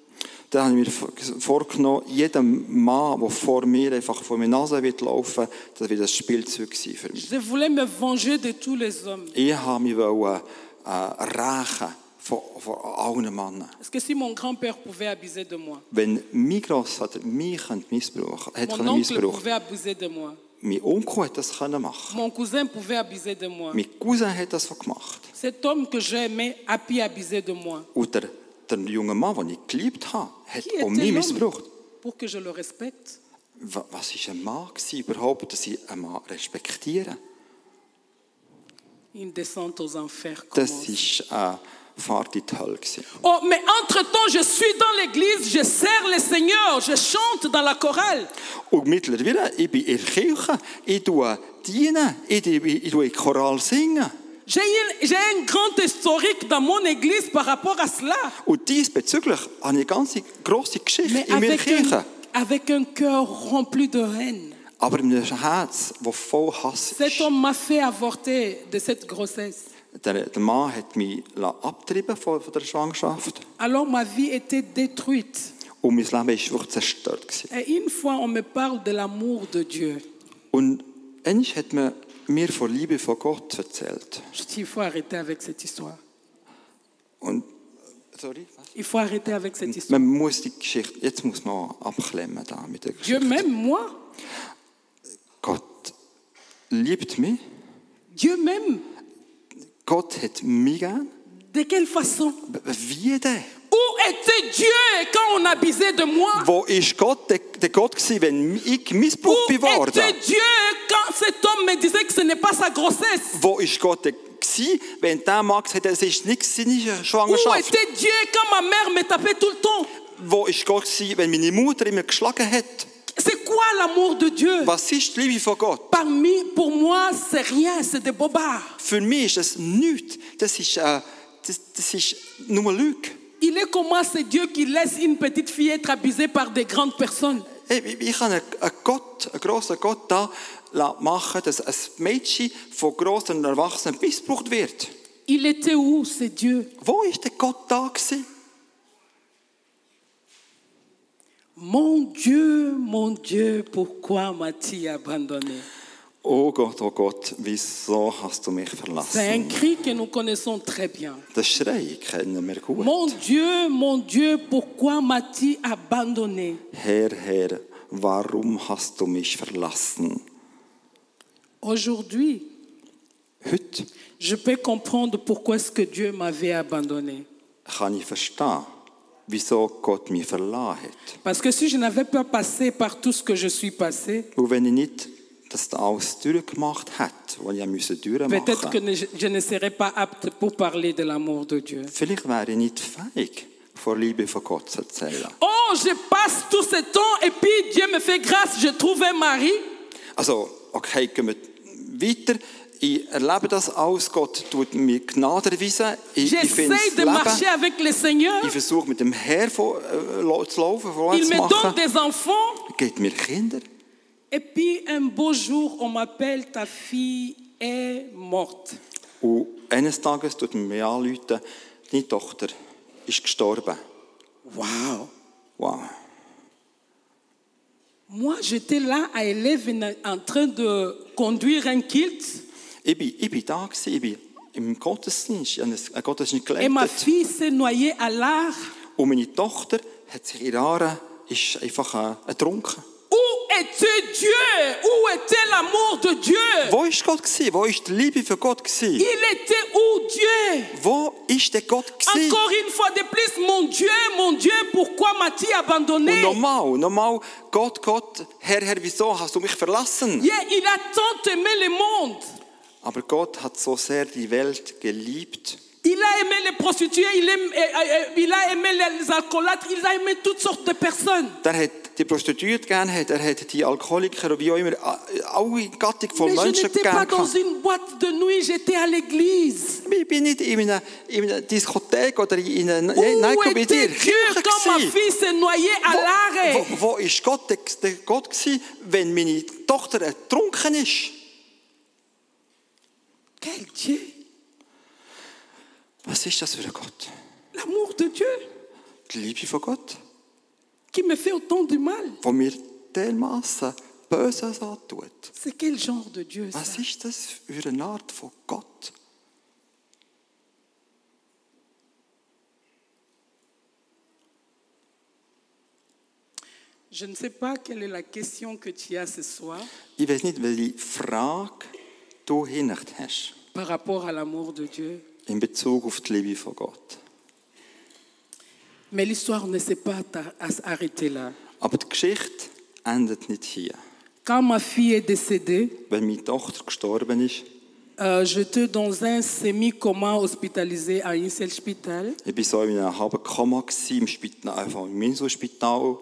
S3: Dann habe ich mir vor- vorgenommen, jedem Mann, der vor mir einfach vor meiner Nase wird laufen wird, das wird ein Spielzeug sein für mich.
S2: Je voulais me venger de tous les hommes.
S3: Ich habe mich wollen, äh, rächen von, von allen Männern.
S2: Parce que si mon grand-père pouvait abuser de moi,
S3: Wenn mein Grossvater mich könnte missbrauchen hat
S2: mon
S3: können
S2: oncle
S3: missbrauchen
S2: pouvait abuser de moi.
S3: mein Onkel hat das können machen.
S2: Mon cousin pouvait abuser de moi.
S3: Mein Cousin hat das so gemacht.
S2: Cet homme que j'ai aimé a pu abuser de moi.
S3: Und der, der junge Mann, den ich geliebt habe, hat
S2: Qui
S3: auch
S2: était
S3: mich
S2: l'homme
S3: missbraucht.
S2: pour que je le respecte
S3: Wa- Was war ein Mann gewesen überhaupt, dass ich einen Mann respektiere?
S2: Une descente aux enfers
S3: Das
S2: commence.
S3: war eine Fahrt in die Hölle. gewesen.
S2: Oh, mais entre-temps, je suis dans l'église, je sers le Seigneur, je chante dans la chorale.
S3: Und mittlerweile, ich bin in der Kirche, ich tue dienen, ich, ich, ich tue in Choral singen.
S2: J'ai une- j'ai un grand historique dans mon église par rapport à cela.
S3: Und diesbezüglich habe ich eine ganze grosse Geschichte
S2: Mais
S3: in meiner
S2: avec
S3: Kirche.
S2: un, avec un cœur rempli de haine.
S3: Aber in einem Herz, das voll Hass
S2: Cet
S3: ist.
S2: homme m'a fait avorter de cette grossesse.
S3: Der, der Mann hat mich abgetrieben von, von der Schwangerschaft.
S2: Alors ma vie était détruite.
S3: Und mein Leben war wirklich zerstört. Gewesen.
S2: Et une fois, on me parle de l'amour de Dieu.
S3: Und eigentlich hat man mir von Liebe von Gott erzählt.
S2: Je dis, il faut arrêter avec cette histoire.
S3: Und sorry, was?
S2: Il faut arrêter avec cette histoire.
S3: man muss die Geschichte, jetzt muss man abklemmen da mit der
S2: Dieu
S3: Geschichte.
S2: m'aime, moi.
S3: Gott liebt mich.
S2: Dieu m'aime.
S3: Gott hat mich gern.
S2: De quelle façon
S3: W- Wie denn?
S2: Où était Dieu quand on abusait de moi
S3: Wo war Gott, der, der Gott, gewesen, wenn ich
S2: Où
S3: missbraucht bin worden?
S2: était Dieu quand cet homme me disait que ce n'est pas sa grossesse
S3: Wo war Gott, der gewesen, wenn der Mann gesagt hat, es ist nicht seine
S2: Où
S3: Schwangerschaft?
S2: était Dieu quand ma mère me tapait tout le temps
S3: Wo war Gott, gewesen, wenn meine Mutter immer geschlagen hat?
S2: C'est quoi l'amour de Dieu
S3: Was ist die Liebe von Gott?
S2: Parmi, pour moi, c'est rien, c'est des bobards.
S3: Für mich ist das nichts. Das ist, äh, das, das ist nur Lüge.
S2: Il est comment ce Dieu qui laisse une petite fille être abusée par des grandes personnes
S3: Hey, Ich, ich kann einen, einen Gott, einen grossen Gott da lassen machen, dass ein Mädchen von grossen Erwachsenen missbraucht wird.
S2: Il était où ce Dieu
S3: Wo ist der Gott da gewesen?
S2: Mon Dieu, mon Dieu, pourquoi m'as-tu abandonné
S3: Oh Gott, oh Gott, wieso hast du mich
S2: C'est un
S3: verlassen?
S2: cri que nous connaissons très bien.
S3: Den Schrei kennen wir gut.
S2: Mon Dieu, mon Dieu, pourquoi m'as-tu abandonné
S3: Herr, Herr, warum hast du mich verlassen?
S2: Aujourd'hui,
S3: Heute
S2: je peux comprendre pourquoi est-ce que Dieu m'avait abandonné.
S3: kann ich verstehen, wieso Gott mich verlassen hat.
S2: Parce que si je n'avais pas passé par tout ce que je suis passé,
S3: Und wenn ich nicht das alles durchgemacht hätte, was ich musste durchmachen
S2: peut-être que
S3: musste,
S2: ne- je ne serais pas apte pour parler de l'amour de Dieu.
S3: vielleicht wäre ich nicht fähig, von Liebe von Gott zu erzählen.
S2: Oh, je passe tout ce temps et puis Dieu me fait grâce, je trouve un mari.
S3: Also, okay, gehen wir weiter. Ich erlebe das alles. Gott tut mir Gnade erweisen. Ich, ich finde das
S2: J'essaye de marcher
S3: Leben.
S2: avec le Seigneur.
S3: Ich versuche mit dem Herr vor, äh, lo- zu laufen,
S2: Il
S3: vorwärts zu
S2: me donne
S3: machen.
S2: des enfants.
S3: Er gibt mir Kinder.
S2: Et puis un beau jour, on m'appelle, ta fille est morte.
S3: Und eines Tages tut man mir anrufen, deine Tochter ist gestorben.
S2: Wow.
S3: Wow.
S2: Moi, j'étais là à élève en train de conduire un kilt
S3: Ich bin, ich bin da, gewesen, ich bin im Gottesdienst, ich habe einen Gottesdienst
S2: et ma
S3: geleitet.
S2: fille s'est noyée à l'art.
S3: Und meine Tochter hat sich in Haaren ist einfach äh, ertrunken.
S2: Où était Dieu Où était l'amour de Dieu
S3: Wo war Gott? Gewesen? Wo war die Liebe für Gott? Gewesen?
S2: Il était où Dieu
S3: Wo ist der Gott gewesen?
S2: Encore une fois de plus, mon Dieu, mon Dieu, pourquoi m'as-tu
S3: Und
S2: abandonné
S3: nochmal, nochmal, Gott, Gott, Herr, Herr, wieso hast du mich verlassen?
S2: Yeah, Il a tant aimé le monde.
S3: Aber Gott hat so sehr die Welt geliebt.
S2: Il a aimé les prostituées, il, aime- eh, eh, eh, il a aimé les alcoolates, il a aimé toutes sortes de personnes.
S3: Er hat die Prostituierte gern hat, er hat die Alkoholiker und wie auch immer, a- alle Gattung von
S2: Mais je
S3: Menschen
S2: n'étais pas
S3: gern
S2: dans
S3: gehabt.
S2: une boîte de nuit, j'étais à l'église.
S3: Ich bin nicht in einer, in einer Diskothek oder in einer
S2: Où
S3: nein, ich bin Oh, in
S2: était
S3: der
S2: Dieu
S3: Kirche
S2: quand ma
S3: gewesen.
S2: fille s'est noyée à l'arrêt
S3: Wo, wo, wo ist Gott, der, der Gott gewesen, wenn meine Tochter ertrunken ist?
S2: Quel Dieu
S3: Was ist das für ein Gott?
S2: L'amour de Dieu
S3: Die Liebe von Gott,
S2: qui me fait autant du mal.
S3: die mir dermassen Böses antut.
S2: C'est quel genre de Dieu ça
S3: Was ist das für eine Art von Gott?
S2: Je ne sais pas quelle est la question que tu as ce soir
S3: Ich weiß nicht, welche Frage du hinecht hast
S2: par rapport à l'amour de Dieu,
S3: in Bezug auf die Liebe von Gott.
S2: mais l'histoire ne s'est pas atta- à- arrêtée là.
S3: Aber die Geschichte endet nicht hier.
S2: Quand ma fille est décédée,
S3: Wenn meine Tochter gestorben ist,
S2: Euh, J'étais dans un semi-coma hospitalisé à Inselspital.
S3: ich war so in einem halben Koma gewesen, im Spital, einfach im Inselspital.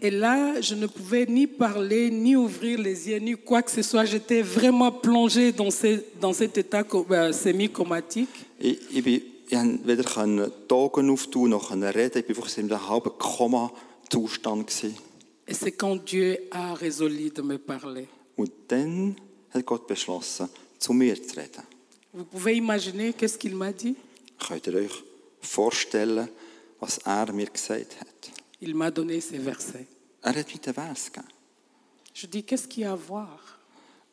S2: Et là, je ne pouvais ni parler, ni ouvrir les yeux, ni quoi que ce soit. J'étais vraiment plongée dans, ce- dans cet état co- euh, semi-comatique.
S3: Ich, ich, bin, ich konnte weder können die Augen auftun noch können reden. Ich war einfach in einem halben Koma-Zustand. gewesen.
S2: Et c'est quand Dieu a résolu de me parler.
S3: Und dann hat Gott beschlossen, zu mir zu reden.
S2: Vous pouvez imaginer qu'est-ce qu'il m'a dit
S3: Könnt ihr euch vorstellen, was er mir gesagt hat?
S2: Il m'a donné ces versets.
S3: Er hat mir den Vers gegeben.
S2: Je dis, qu'est-ce qu'il y a à voir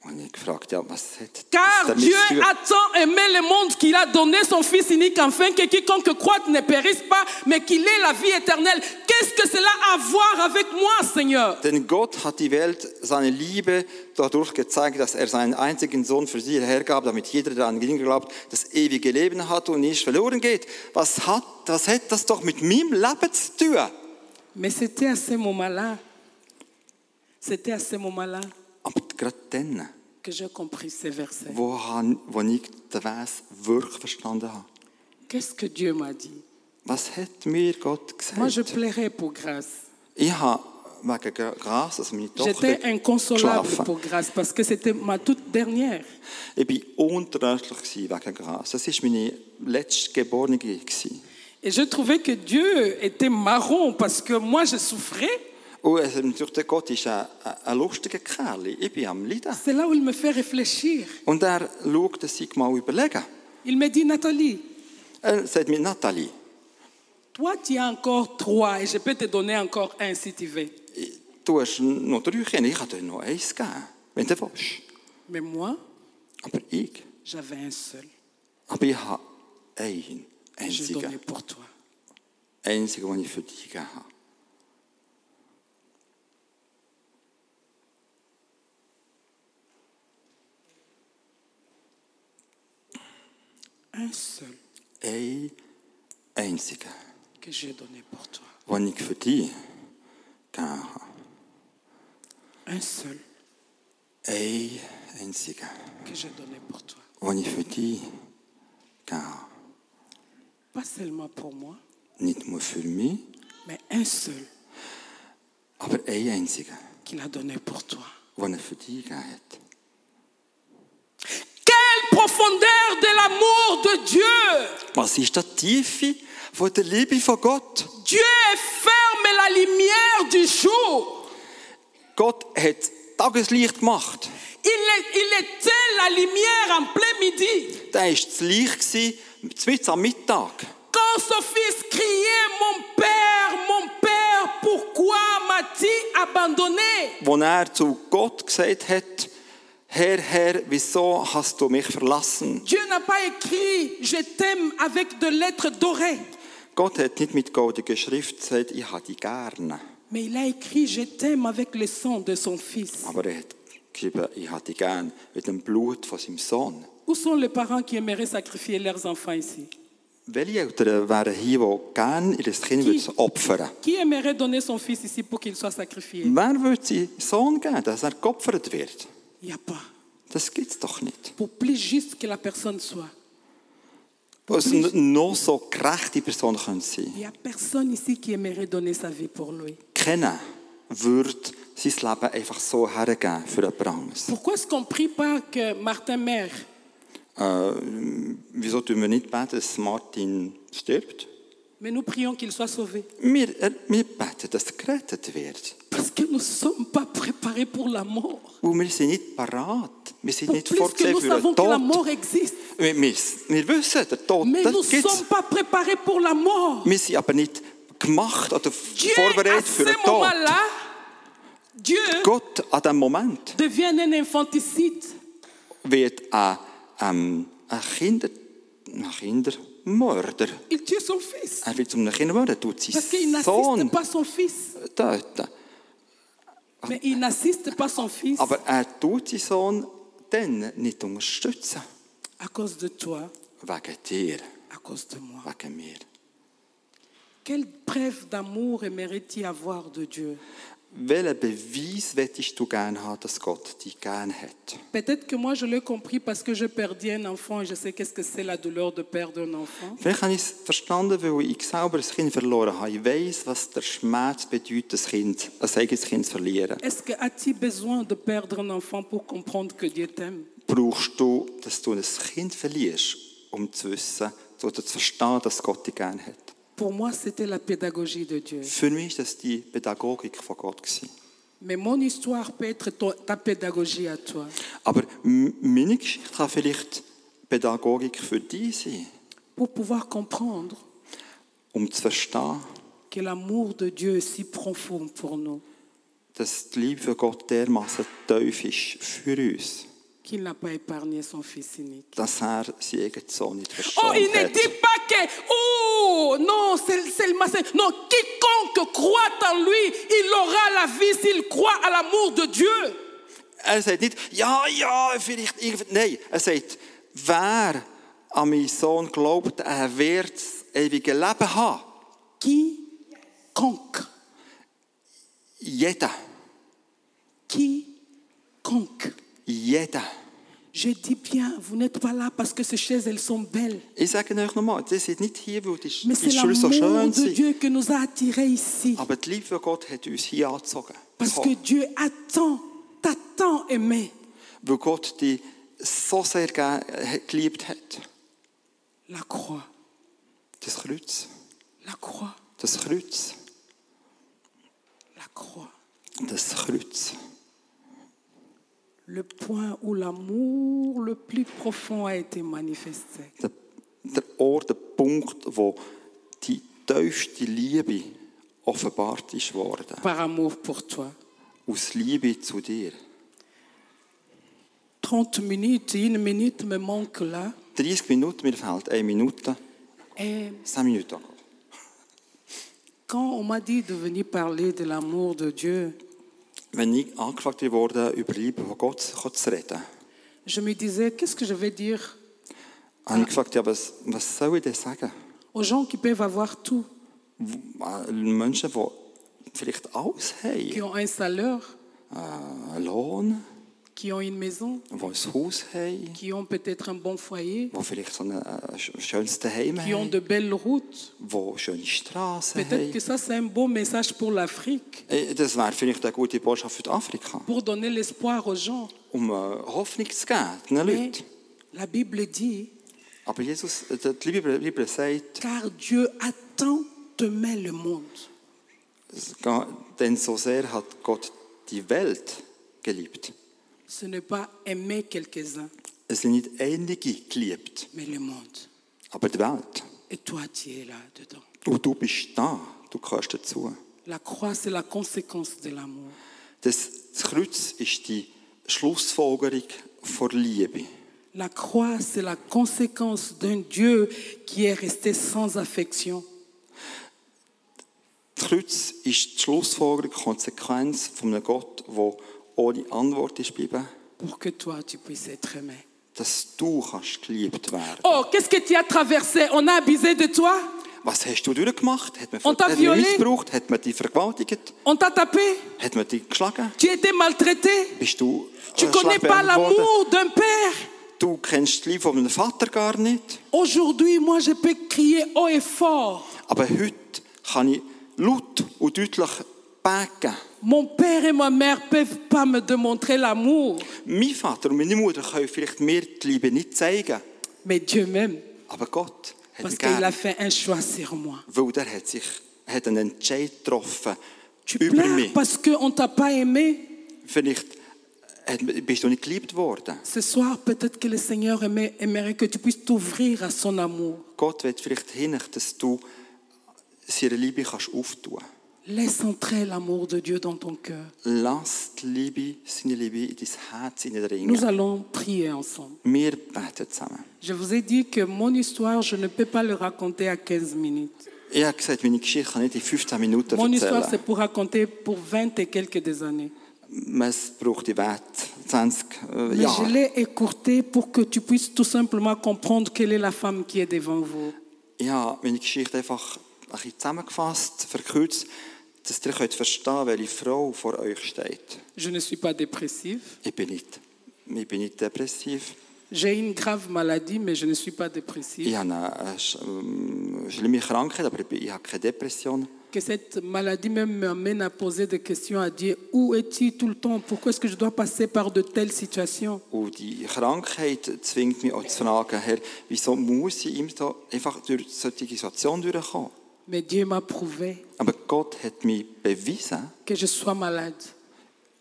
S3: Und ich gefragt, ja, was hat das
S2: Car
S3: damit
S2: Dieu
S3: zu tun?
S2: a tant aimé le monde qu'il a donné son Fils unique afin que quiconque croit ne périsse pas, mais qu'il ait la vie éternelle. Qu'est-ce que cela a à voir avec moi, Seigneur
S3: Denn Gott hat die Welt seine Liebe dadurch gezeigt, dass er seinen einzigen Sohn für sie hergab, damit jeder, der an ihn glaubt, das ewige Leben hat und nicht verloren geht. Was hat, was hat das doch mit meinem Leben zu tun?
S2: Mais c'était à ce moment-là, c'était à ce moment-là
S3: Aber gerade dann,
S2: que j'ai compris ces versets.
S3: wo, han- wo ich den Vers wirklich verstanden habe,
S2: Qu'est-ce que Dieu m'a dit
S3: was hat mir Gott
S2: Moi, je
S3: gesagt?
S2: plairais pour grâce.
S3: Ich habe wegen Gra- Gras, also meine Tochter,
S2: J'étais inconsolable
S3: geschlafen.
S2: pour grâce parce que c'était ma toute dernière.
S3: Ich war untröstlich gewesen wegen Gras. Das war meine letztgeborene. gewesen.
S2: Et je trouvais que Dieu était marron parce que moi, je souffrais.
S3: Und es, natürlich, der Gott ist ein, ein- ein lustiger Kerl. Ich bin am Leiden.
S2: C'est là où il me fait réfléchir.
S3: Und er schaut dass ich mal überlegen.
S2: Il me dit, Nathalie,
S3: Er sagt mir, Nathalie,
S2: toi, tu as encore trois et je peux te donner encore un si tu veux.
S3: ich- du hast noch drei Kinder, ich kann dir noch eins geben, wenn du willst.
S2: Mais moi,
S3: Aber ich,
S2: j'avais un seul.
S3: aber ich habe einen
S2: Je donnais
S3: einzigen,
S2: pour toi.
S3: einzigen, den ich für dich gegeben habe.
S2: Un seul
S3: Einen einzigen,
S2: que j'ai donné pour toi.
S3: den ich für dich gegeben habe.
S2: Un seul
S3: Einen einzigen,
S2: que j'ai donné pour toi.
S3: den ich für dich gegeben habe.
S2: Pas seulement pour moi,
S3: Nicht nur für mich,
S2: mais un seul
S3: aber einen einzigen,
S2: qu'il a donné pour toi.
S3: den er für dich gegeben hat.
S2: Quelle profondeur de l'amour de Dieu
S3: Was ist die Tiefe von der Liebe von Gott?
S2: Dieu ferme la lumière du jour.
S3: Gott hat Tageslicht gemacht.
S2: Il, est- il éteint la lumière en plein midi.
S3: Da war das Licht, gewesen, mitten am Mittag.
S2: Quand son fils criait, mon père, mon père, pourquoi m'as-tu abandonné
S3: Als er zu Gott gesagt hat, Herr, Herr, wieso hast du mich verlassen?
S2: Dieu n'a pas écrit, je t'aime avec de lettres dorées,
S3: Gott hat nicht mit goldiger Schrift gesagt, ich habe dich gerne.
S2: mais il a écrit, je t'aime avec le sang de son fils.
S3: Aber er hat geschrieben, ich habe dich gerne mit dem Blut von seinem Sohn.
S2: Où sont les parents qui aimeraient sacrifier leurs enfants ici
S3: Welche Eltern wären hier, die gerne ihr Kind würden opfern
S2: Qui aimerait donner son fils ici pour qu'il soit sacrifié
S3: Wer würde seinen Sohn geben, dass er geopfert wird?
S2: Il n'y a pas.
S3: Das gibt es doch nicht.
S2: Pour plus juste que la personne soit,
S3: Dass noch so gerechte Person könnte sein
S2: il n'y a personne ici qui aimerait donner sa vie pour lui.
S3: kennen würde sein Leben einfach so hergeben für jemand anderes.
S2: Pourquoi est-ce qu'on ne prie pas que Martin Maire,
S3: Wieso tun wir nicht beten, dass Martin stirbt?
S2: mais nous prions qu'il soit sauvé
S3: Wir, äh, wir beten, dass er gerettet wird.
S2: Parce que nous ne sommes pas préparés pour la mort.
S3: Und wir sind nicht parat. Wir sind
S2: Pour
S3: nicht
S2: plus que
S3: vorgesehen
S2: nous
S3: für den
S2: savons que la
S3: Tod.
S2: mort existe,
S3: Wir, wir, wir wissen, der Tod,
S2: mais nous ne
S3: das gibt's.
S2: sommes pas préparés pour la mort.
S3: Wir sind aber nicht gemacht oder
S2: Dieu, à
S3: vorbereitet für den
S2: ce
S3: Tod.
S2: moment-là, Dieu
S3: Gott an diesem Moment
S2: devient un infanticide.
S3: wird ein, ähm, ein, Kinder, ein Kindermörder.
S2: Il tue son fils
S3: Er wird zum Kindermörder, er tut
S2: parce qu'il
S3: seinen
S2: n'assiste
S3: Sohn
S2: pas son fils.
S3: töten.
S2: Mais il n'assiste pas son fils
S3: Aber er tut seinen Sohn dann nicht unterstützen.
S2: à cause de toi,
S3: Wegen dir,
S2: à cause de moi.
S3: wegen mir.
S2: Quelle preuve d'amour aimerais-tu avoir de Dieu
S3: Welchen Beweis möchtest du gerne haben, dass Gott dich gerne hat?
S2: Peut-être que moi je l'ai compris parce que je perdis un enfant et je sais qu'est-ce que c'est la douleur de perdre un enfant.
S3: Vielleicht habe ich es verstanden, weil ich selber ein Kind verloren habe. Ich weiss, was der Schmerz bedeutet, ein, kind, ein eigenes Kind zu verlieren.
S2: Est-ce que as-tu besoin de perdre un enfant pour comprendre que Dieu t'aime
S3: Brauchst du, dass du ein Kind verlierst, um zu wissen oder zu verstehen, dass Gott dich gerne hat?
S2: Pour moi, c'était la pédagogie de Dieu.
S3: Für mich war das die Pädagogik von Gott. gewesen.
S2: Mais mon histoire peut être toi- ta pédagogie à toi.
S3: Aber m- meine Geschichte kann vielleicht Pädagogik für dich sein,
S2: Pour pouvoir comprendre
S3: um zu verstehen,
S2: que l'amour de Dieu est si profond pour nous
S3: dass die Liebe von Gott dermaßen tief ist für uns,
S2: qu'il n'a pas épargné son fils unique.
S3: dass er seinen eigenen Sohn nicht
S2: Oh, il
S3: verstanden
S2: ne dit
S3: hat.
S2: pas que, oh, non, c'est c'est le massacre. Non, quiconque croit en lui, il aura la vie s'il croit à l'amour de Dieu.
S3: Er sagt nicht, ja, ja, vielleicht irgendwann. Nein, er sagt, wer an meinen Sohn glaubt, er wird das ewige Leben haben.
S2: Quiconque,
S3: Jeder.
S2: quiconque.
S3: Jeder.
S2: Je dis bien, vous n'êtes pas là parce que ces chaises, elles sont belles.
S3: Ich sage euch nochmal, ihr seid nicht hier, weil die,
S2: Mais
S3: die
S2: c'est
S3: Schule so
S2: l'amour
S3: schön
S2: de
S3: sind.
S2: Dieu que nous a attirés ici.
S3: Aber die Liebe von Gott hat uns hier angezogen.
S2: Parce que
S3: Bekommen.
S2: Dieu attend, t'a tant aimé.
S3: Weil Gott die so sehr ge- geliebt hat.
S2: La croix,
S3: Das Kreuz.
S2: la croix,
S3: Das Kreuz.
S2: la croix.
S3: Das Kreuz.
S2: Le point où l'amour le plus profond a été manifesté.
S3: Der, der Ort, der Punkt, wo die tiefste Liebe offenbart ist worden.
S2: Par amour pour toi.
S3: Aus Liebe zu dir.
S2: 30 minutes, une minute me manque là.
S3: 30 Minuten, mir fehlt eine Minute.
S2: Et
S3: 10 Minuten.
S2: quand on m'a dit de venir parler de l'amour de Dieu,
S3: Wenn ich angefragt wurde, über die Liebe von Gott zu reden,
S2: je me disais, qu'est-ce que je vais dire
S3: habe ich gefragt, ja, was, was soll ich denn sagen?
S2: aux gens qui peuvent avoir tout,
S3: Äh, Menschen, die vielleicht alles
S2: qui
S3: haben.
S2: ont un salaire,
S3: Äh, einen Lohn,
S2: qui ont une maison,
S3: die ein Haus haben,
S2: qui ont peut-être un bon foyer,
S3: die vielleicht so ein äh, sch- schönes Heim
S2: qui ont
S3: haben,
S2: de belles routes.
S3: die schöne Straßen
S2: Peut-être que ça,
S3: haben.
S2: c'est un beau message pour l'Afrique,
S3: Äh, Das wäre vielleicht eine gute Botschaft für die Afrika,
S2: pour donner l'espoir aux gens.
S3: um äh, Hoffnung zu geben den
S2: Mais
S3: Leuten.
S2: la Bible dit,
S3: Aber Jesus, äh, die Bibel, die Bibel sagt,
S2: car Dieu a tant aimé le monde,
S3: es ga- denn so sehr hat Gott die Welt geliebt.
S2: ce n'est pas aimer quelques-uns,
S3: Es sind nicht einige geliebt,
S2: mais le monde.
S3: aber die Welt.
S2: Et toi, tu es là dedans.
S3: Und du bist da, du gehörst dazu.
S2: La croix, c'est la conséquence de l'amour.
S3: Das, das Kreuz ist die Schlussfolgerung von Liebe.
S2: La croix, c'est la conséquence d'un Dieu qui est resté sans affection.
S3: Das Kreuz ist die Schlussfolgerung, die Konsequenz von einem Gott, der ohne Antwort ist geblieben,
S2: pour que toi tu puisses être aimé.
S3: dass du kannst geliebt werden
S2: Oh, qu'est-ce que tu as traversé On a abusé de toi
S3: Was hast du durchgemacht? Hat man,
S2: Und darf
S3: hat man
S2: Violet-
S3: missbraucht? Hat man dich vergewaltigt?
S2: On t'a tapé
S3: Hat man dich geschlagen?
S2: Tu étais maltraité
S3: Bist du
S2: Tu
S3: äh,
S2: connais pas
S3: schlagbehandelt worden?
S2: l'amour d'un père
S3: Du kennst die Liebe von deinem Vater gar nicht.
S2: Aujourd'hui, moi, je peux crier haut et fort.
S3: Aber heute kann ich laut und deutlich beten.
S2: Mon père et ma mère peuvent pas me démontrer l'amour,
S3: Mein Vater und meine Mutter können vielleicht mir die Liebe nicht zeigen,
S2: mais Dieu m'aime
S3: aber Gott hat
S2: parce
S3: mich
S2: qu'il a
S3: gern,
S2: fait un choix sur moi.
S3: weil er hat sich hat einen Entscheid getroffen
S2: Tu
S3: über
S2: pleures
S3: mich.
S2: parce qu'on t'a pas aimé.
S3: Vielleicht hat, bist du nicht geliebt worden.
S2: Ce soir, peut-être que le Seigneur aimait- aimerait que tu puisses t'ouvrir à son amour.
S3: Gott will vielleicht hin, dass du seine Liebe kannst auftun.
S2: Laisse entrer l'amour de Dieu dans ton cœur.
S3: Lass die Liebe, seine Liebe in dein Herz hineindringen.
S2: Nous allons prier ensemble.
S3: Wir beten zusammen.
S2: Je vous ai dit que mon histoire, je ne peux pas le raconter à 15 minutes.
S3: Ich habe gesagt, meine Geschichte kann ich in 15 Minuten
S2: Mon histoire, c'est
S3: erzählen.
S2: pour raconter pour 20 et quelques des années.
S3: Es braucht die Wert 20 äh,
S2: Mais je
S3: Jahre.
S2: l'ai écourtée pour que tu puisses tout simplement comprendre quelle est la femme qui est devant vous.
S3: Ich habe meine Geschichte einfach ein bisschen zusammengefasst, verkürzt, dass ihr könnt verstehen welche Frau vor euch steht.
S2: Je ne suis pas dépressive.
S3: Ich bin nicht, ich bin nicht depressiv.
S2: J'ai une grave maladie, mais je ne suis pas
S3: Ich
S2: dépressive.
S3: habe eine, eine sch- ähm, schlimme Krankheit, aber ich bin- ich habe keine Depression.
S2: Que cette maladie même m'amène à poser des questions, à dire où es-tu tout le temps Pourquoi est-ce que je dois passer par de telles situations
S3: Und die Krankheit zwingt mich auch zu fragen, Herr, wieso muss ich immer so einfach durch solche Situationen durchkommen?
S2: Mais Dieu m'a prouvé
S3: Aber Gott hat mir bewiesen,
S2: que je sois malade.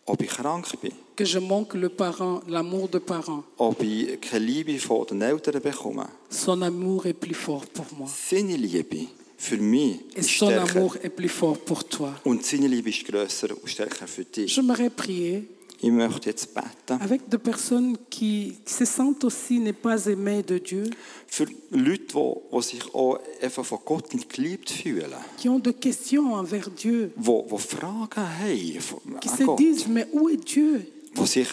S3: ob ich krank bin,
S2: que je manque le parent, l'amour de parent.
S3: ob ich keine Liebe von den Eltern bekomme.
S2: Son amour est plus fort pour moi.
S3: Seine Liebe für mich
S2: Et
S3: ist
S2: son
S3: stärker.
S2: amour est plus fort pour toi.
S3: Und seine Liebe ist grösser und stärker für dich.
S2: J'aimerais prier
S3: Ich möchte jetzt beten
S2: avec des personnes qui se sentent aussi ne pas aimées de Dieu,
S3: für Leute, die, die sich auch einfach von Gott nicht geliebt fühlen.
S2: qui ont des questions envers Dieu,
S3: Die, die Fragen haben von-
S2: qui
S3: an
S2: se
S3: Gott.
S2: disent Mais où est Dieu
S3: Die sich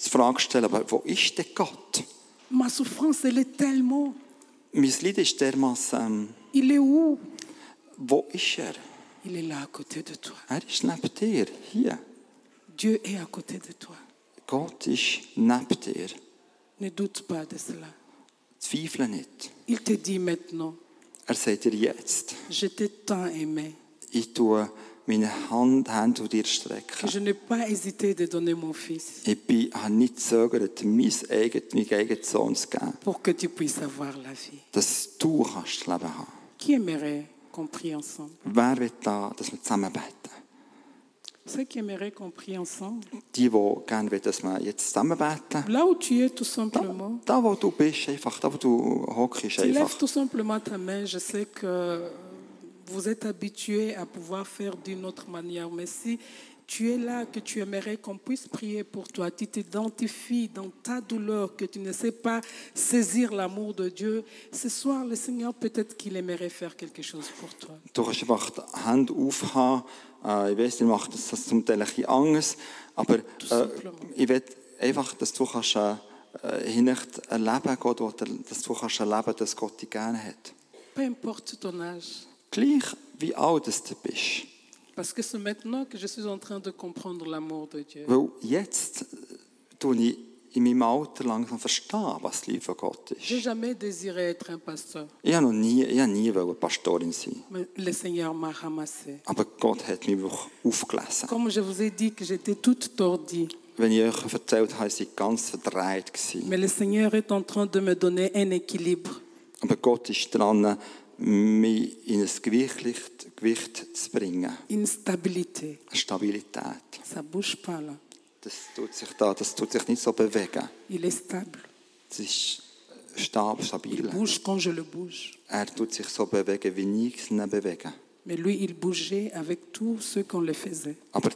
S3: die Frage stellen, aber wo ist denn Gott?
S2: Ma souffrance, elle est tellement.
S3: Mein Lied ist dermaßen, ähm,
S2: Il est où
S3: wo ist er?
S2: Il est là à côté de toi.
S3: Er ist neben dir, hier.
S2: Dieu est à côté de toi.
S3: Gott ist neben dir.
S2: Ne doute pas de cela.
S3: Zweifle nicht.
S2: Il te dit maintenant,
S3: Er sagt dir jetzt,
S2: je t'ai tant aimé
S3: ich tue meine Hand, Hand zu dir
S2: que
S3: strecken.
S2: je n'ai pas hésité de donner mon fils
S3: Ich bin, habe nicht gezögert, mein eigenes, meinen eigenen Sohn zu geben,
S2: pour que tu puisses avoir la vie.
S3: dass du kannst das Leben haben
S2: Qui aimerait qu'on prie ensemble
S3: Wer will da, dass wir zusammen beten?
S2: Ceux qui aimeraient qu'on prie ensemble
S3: Die, die gerne wollen, dass wir jetzt zusammen beten.
S2: Là où tu es tout
S3: Da,
S2: simplement,
S3: da wo du bist, einfach, da, wo du hockst,
S2: tu lèves
S3: einfach.
S2: tout simplement ta main. Je sais que vous êtes habitués à pouvoir faire d'une autre manière, mais si tu es là, que tu aimerais qu'on puisse prier pour toi, tu t'identifies dans ta douleur, que tu ne sais pas saisir l'amour de Dieu, ce soir, le Seigneur peut-être qu'il aimerait faire quelque chose pour toi.
S3: Du kannst einfach die Hände aufhaben. Äh, ich weiß, ich mache das, das zum Teil ein bisschen anders. Aber äh, ich will einfach, dass du kannst, äh, äh, hinecht erleben Gott, will er- dass du kannst erleben dass Gott dich gerne hat.
S2: Peu importe ton âge,
S3: Gleich wie alt es du bist.
S2: parce que c'est maintenant que je suis en train de comprendre l'amour de Dieu.
S3: Weil jetzt äh, tue ich in meinem Alter langsam verstehen, was die Liebe von Gott
S2: J'ai
S3: ist.
S2: jamais désiré être un pasteur,
S3: Ich habe noch nie, ich habe nie wollte Pastorin sein.
S2: mais le Seigneur m'a ramassé.
S3: Aber Gott hat mich wirklich aufgelesen.
S2: Comme je vous ai dit que j'étais toute tordue,
S3: Wenn ich euch erzählt habe, ich war ganz verdreht. gewesen.
S2: mais le Seigneur est en train de me donner un équilibre.
S3: Aber Gott ist dran, mich in ein Gewicht, Gewicht zu bringen.
S2: une stabilité.
S3: Eine Stabilität.
S2: Ça bouge pas là.
S3: Das tut sich da, das tut sich nicht so bewegen.
S2: Il est stable.
S3: Es ist äh, stab,
S2: Il
S3: stabil.
S2: bouge quand je le bouge.
S3: Er tut sich so bewegen, wie ich es nicht bewege.
S2: Mais lui, il bougeait avec tous ceux qu'on le faisait.
S3: Aber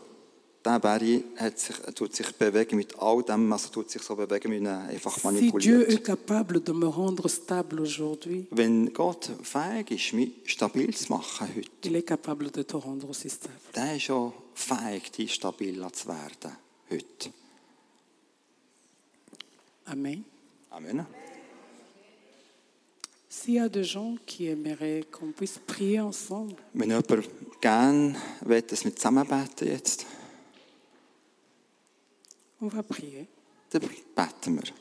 S3: der Berry hat sich, er tut sich bewegen mit all dem, also tut sich so bewegen, wie ihn einfach
S2: Si Dieu
S3: manipuliert.
S2: est capable de me rendre stable aujourd'hui,
S3: Wenn Gott fähig ist, mich stabil zu machen heute,
S2: il est capable de te rendre aussi stable.
S3: der ist auch fähig, dich stabil zu werden heute.
S2: Amen.
S3: Amen.
S2: S'il y a des gens qui aimeraient qu'on puisse prier ensemble,
S3: Wenn jemand gerne will, dass wir zusammen beten jetzt,
S2: on va prier.
S3: dann beten wir.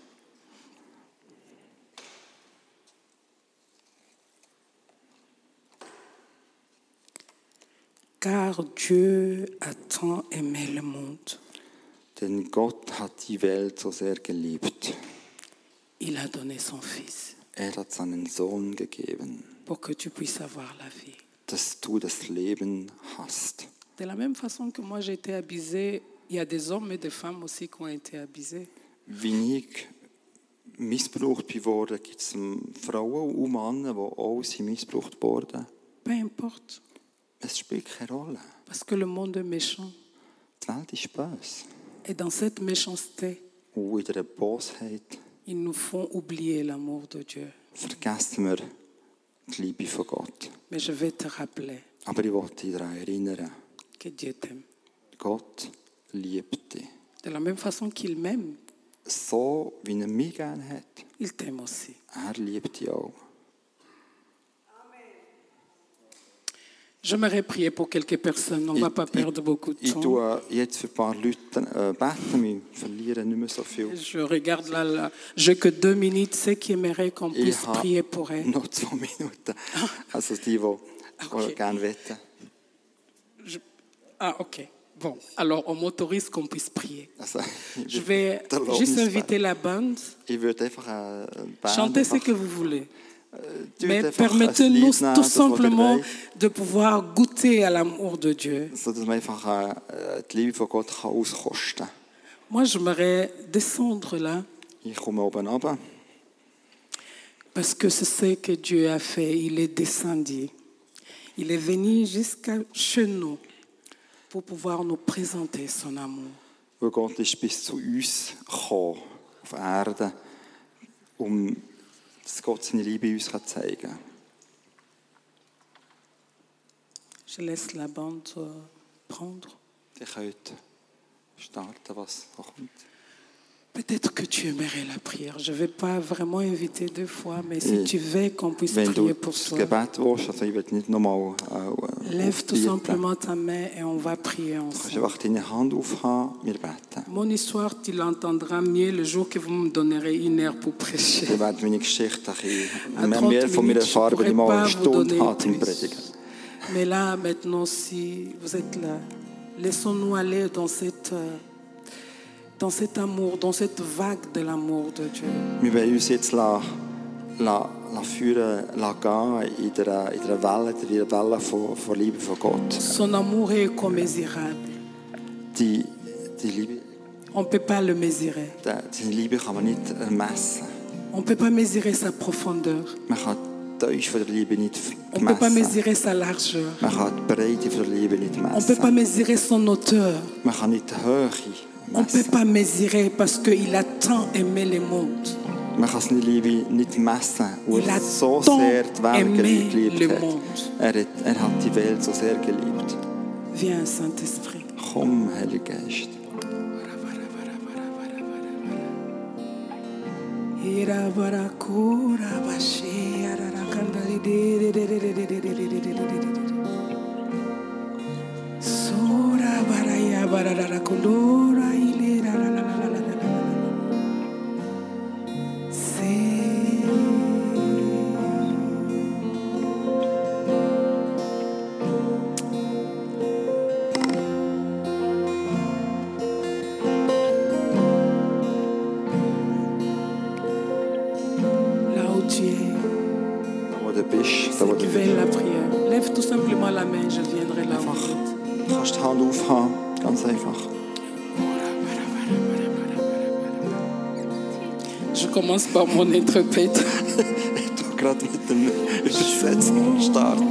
S2: Car Dieu a tant aimé le monde.
S3: Denn Gott hat die Welt so sehr geliebt.
S2: Il a donné son Fils
S3: Er hat seinen Sohn gegeben,
S2: pour que tu puisses avoir la vie.
S3: dass du das Leben hast.
S2: De la même façon que moi j'ai été abusée, il y a des hommes et des femmes aussi qui ont été abusés.
S3: Wie ich missbraucht bin worden, gibt es Frauen und Männer, die auch sind missbraucht wurden.
S2: Peu importe,
S3: Es spielt keine Rolle.
S2: parce que le monde est méchant.
S3: Die Welt ist böse.
S2: Et dans cette méchanceté,
S3: Und in dieser Bosheit
S2: ils nous font oublier l'amour de Dieu.
S3: vergessen wir die Liebe von Gott.
S2: Mais je vais te rappeler
S3: Aber ich wollte dich daran erinnern,
S2: que Dieu t'aime.
S3: Gott liebt dich.
S2: De la même façon qu'il m'aime,
S3: So, wie er mich gerne hat,
S2: il t'aime aussi.
S3: er liebt dich auch.
S2: J'aimerais prier pour quelques personnes, on ne va pas perdre beaucoup de
S3: ich
S2: temps.
S3: tue jetzt für ein paar Leute äh, beten, wir verlieren nicht mehr so viel.
S2: Je regarde là, là. j'ai que deux minutes, ceux qui aimeraient qu'on
S3: Ich
S2: puisse prier pour
S3: habe
S2: elles.
S3: noch zwei Minuten. Also die, die
S2: Okay.
S3: die gerne wetten.
S2: Ah ok, bon, alors on m'autorise qu'on puisse prier.
S3: Also, ich
S2: Je
S3: würd-
S2: vais
S3: der Lohn
S2: juste
S3: ist
S2: inviter la bande.
S3: Ich würde einfach äh, Band
S2: Chantez ce
S3: einfach-
S2: que vous voulez.
S3: die würd
S2: Mais
S3: einfach ein
S2: permettez-nous
S3: Lied nehmen,
S2: tout
S3: das, was ihr
S2: simplement
S3: wollt.
S2: de pouvoir goûter à l'amour de Dieu.
S3: So, dass man einfach äh, die Liebe von Gott kann auskosten kann.
S2: Moi, j'aimerais descendre là
S3: Ich komme oben runter,
S2: parce que c'est ce que Dieu a fait. Il est descendu. Il est venu jusqu'à chez nous pour pouvoir nous présenter son amour.
S3: Weil Gott ist bis zu uns gekommen, auf Erde, um dass Gott seine Liebe uns kann zeigen kann.
S2: Je laisse la bande euh, prendre.
S3: Ihr könnt starten, was noch kommt.
S2: Peut-être que tu aimerais la prière. Je ne vais pas vraiment inviter deux fois, mais si
S3: Et
S2: tu veux qu'on puisse
S3: Wenn du
S2: prier pour
S3: das
S2: toi,
S3: Gebet willst, also ich will nicht nochmal äh,
S2: lève tout
S3: aufbieten.
S2: simplement ta main et on va prier
S3: Du
S2: ensemble.
S3: kannst einfach deine Hand aufhaben, wir beten.
S2: Mon histoire, tu l'entendras mieux le jour que vous me donnerez une heure pour prêcher.
S3: Ich werde meine Geschichte ein bisschen
S2: À
S3: mehr,
S2: 30
S3: mehr
S2: minutes,
S3: von mir
S2: je
S3: erfahren,
S2: pourrais
S3: wenn ich mal
S2: pas
S3: eine
S2: vous
S3: Stunde
S2: donner
S3: habe
S2: plus.
S3: zum Predigen.
S2: Mais là, maintenant, si vous êtes là, laissons-nous aller dans, cette, euh, dans cet amour, dans cette vague de l'amour de Dieu.
S3: Wir wollen uns jetzt la, la, la führen, la gehen in der, in der Welle, in der Welle von, von Liebe von Gott.
S2: Son amour est incommensurable.
S3: Die, die Liebe,
S2: On ne peut pas le mesurer.
S3: die, die Liebe kann man nicht ermessen.
S2: On ne peut pas mesurer sa profondeur.
S3: Man kann die Tiefe von der Liebe nicht
S2: On ne peut pas
S3: messen.
S2: mesurer sa largeur.
S3: Man kann die Breite von der Liebe nicht
S2: On ne peut pas
S3: messen.
S2: mesurer son hauteur.
S3: Man kann nicht die Höhe
S2: On ne peut
S3: messen.
S2: pas mesurer parce qu'il a tant aimé le monde.
S3: Man kann seine Liebe nicht messen, weil
S2: Il
S3: er
S2: a
S3: so
S2: tant
S3: sehr die Welt
S2: aimé le
S3: geliebt hat.
S2: monde.
S3: Er, hat. er hat die Welt so sehr geliebt.
S2: Viens, Saint-Esprit.
S3: Komm, Heiliger Geist.
S2: Là où tu es.
S3: Da wo du bist, da
S2: Ceux
S3: wo du
S2: qui
S3: bist.
S2: veulent la prière, lève tout simplement la main, je viendrai là.
S3: Einfach, du kannst die Hand aufhaben, ganz einfach.
S2: Je commence par mon interprète.
S3: Ich tu gerade mit dem Übersetzen starten.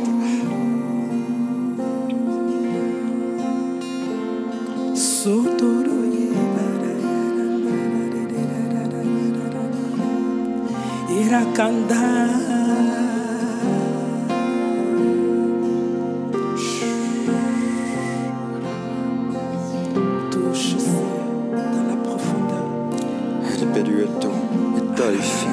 S2: Touche Seigneur, dans la profondeur.
S3: Herr, berühr du in die Tiefe.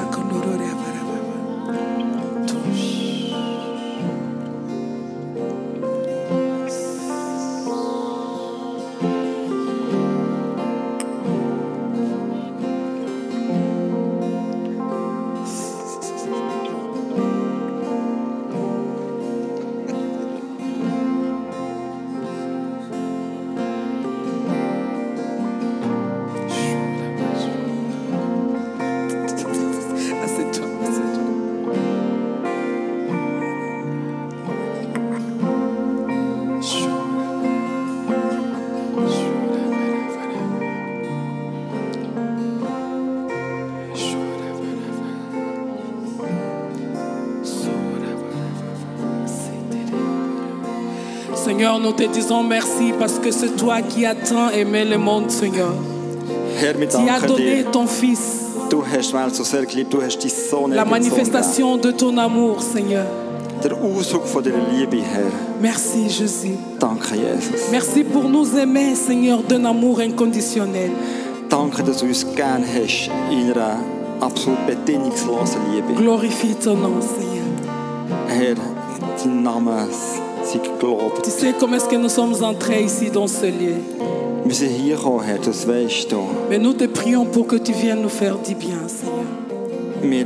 S2: Assieds-toi, assieds-toi. Seigneur, nous te disons merci parce que c'est toi qui as tant aimé le monde, Seigneur.
S3: Herr, wir
S2: Tu as
S3: danken
S2: donné
S3: dir.
S2: ton Fils.
S3: Du hast die Welt so sehr geliebt, du hast deinen Sohn
S2: la
S3: hergezogen.
S2: manifestation de ton amour, Seigneur.
S3: Der Ausdruck von deiner Liebe, Herr.
S2: Merci, Jésus.
S3: Danke, Jesus.
S2: Merci pour nous aimer, Seigneur, d'un amour inconditionnel.
S3: Danke, dass du uns gern hast in einer absolut bedingungslosen Liebe.
S2: Glorifie ton nom, Seigneur.
S3: Herr, dein Name sei gelobt.
S2: Tu sais comment est-ce que nous sommes entrés ici dans ce lieu.
S3: Wir sind hier gekommen, Herr, das weißt du.
S2: Mais nous te prions pour que tu viennes nous faire du bien, Seigneur.
S3: Wir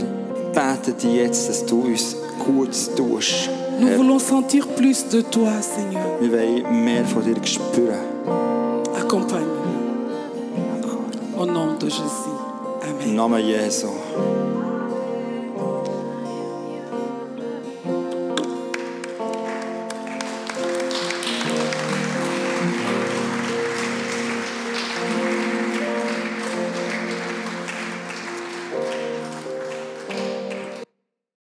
S3: beten dir jetzt, dass du uns Gutes tust.
S2: Nous
S3: Herr,
S2: voulons sentir plus de toi, Seigneur.
S3: wir wollen mehr von dir spüren.
S2: Accompagne-nous. Au nom de Jésus. Amen.
S3: Im Namen Jesu.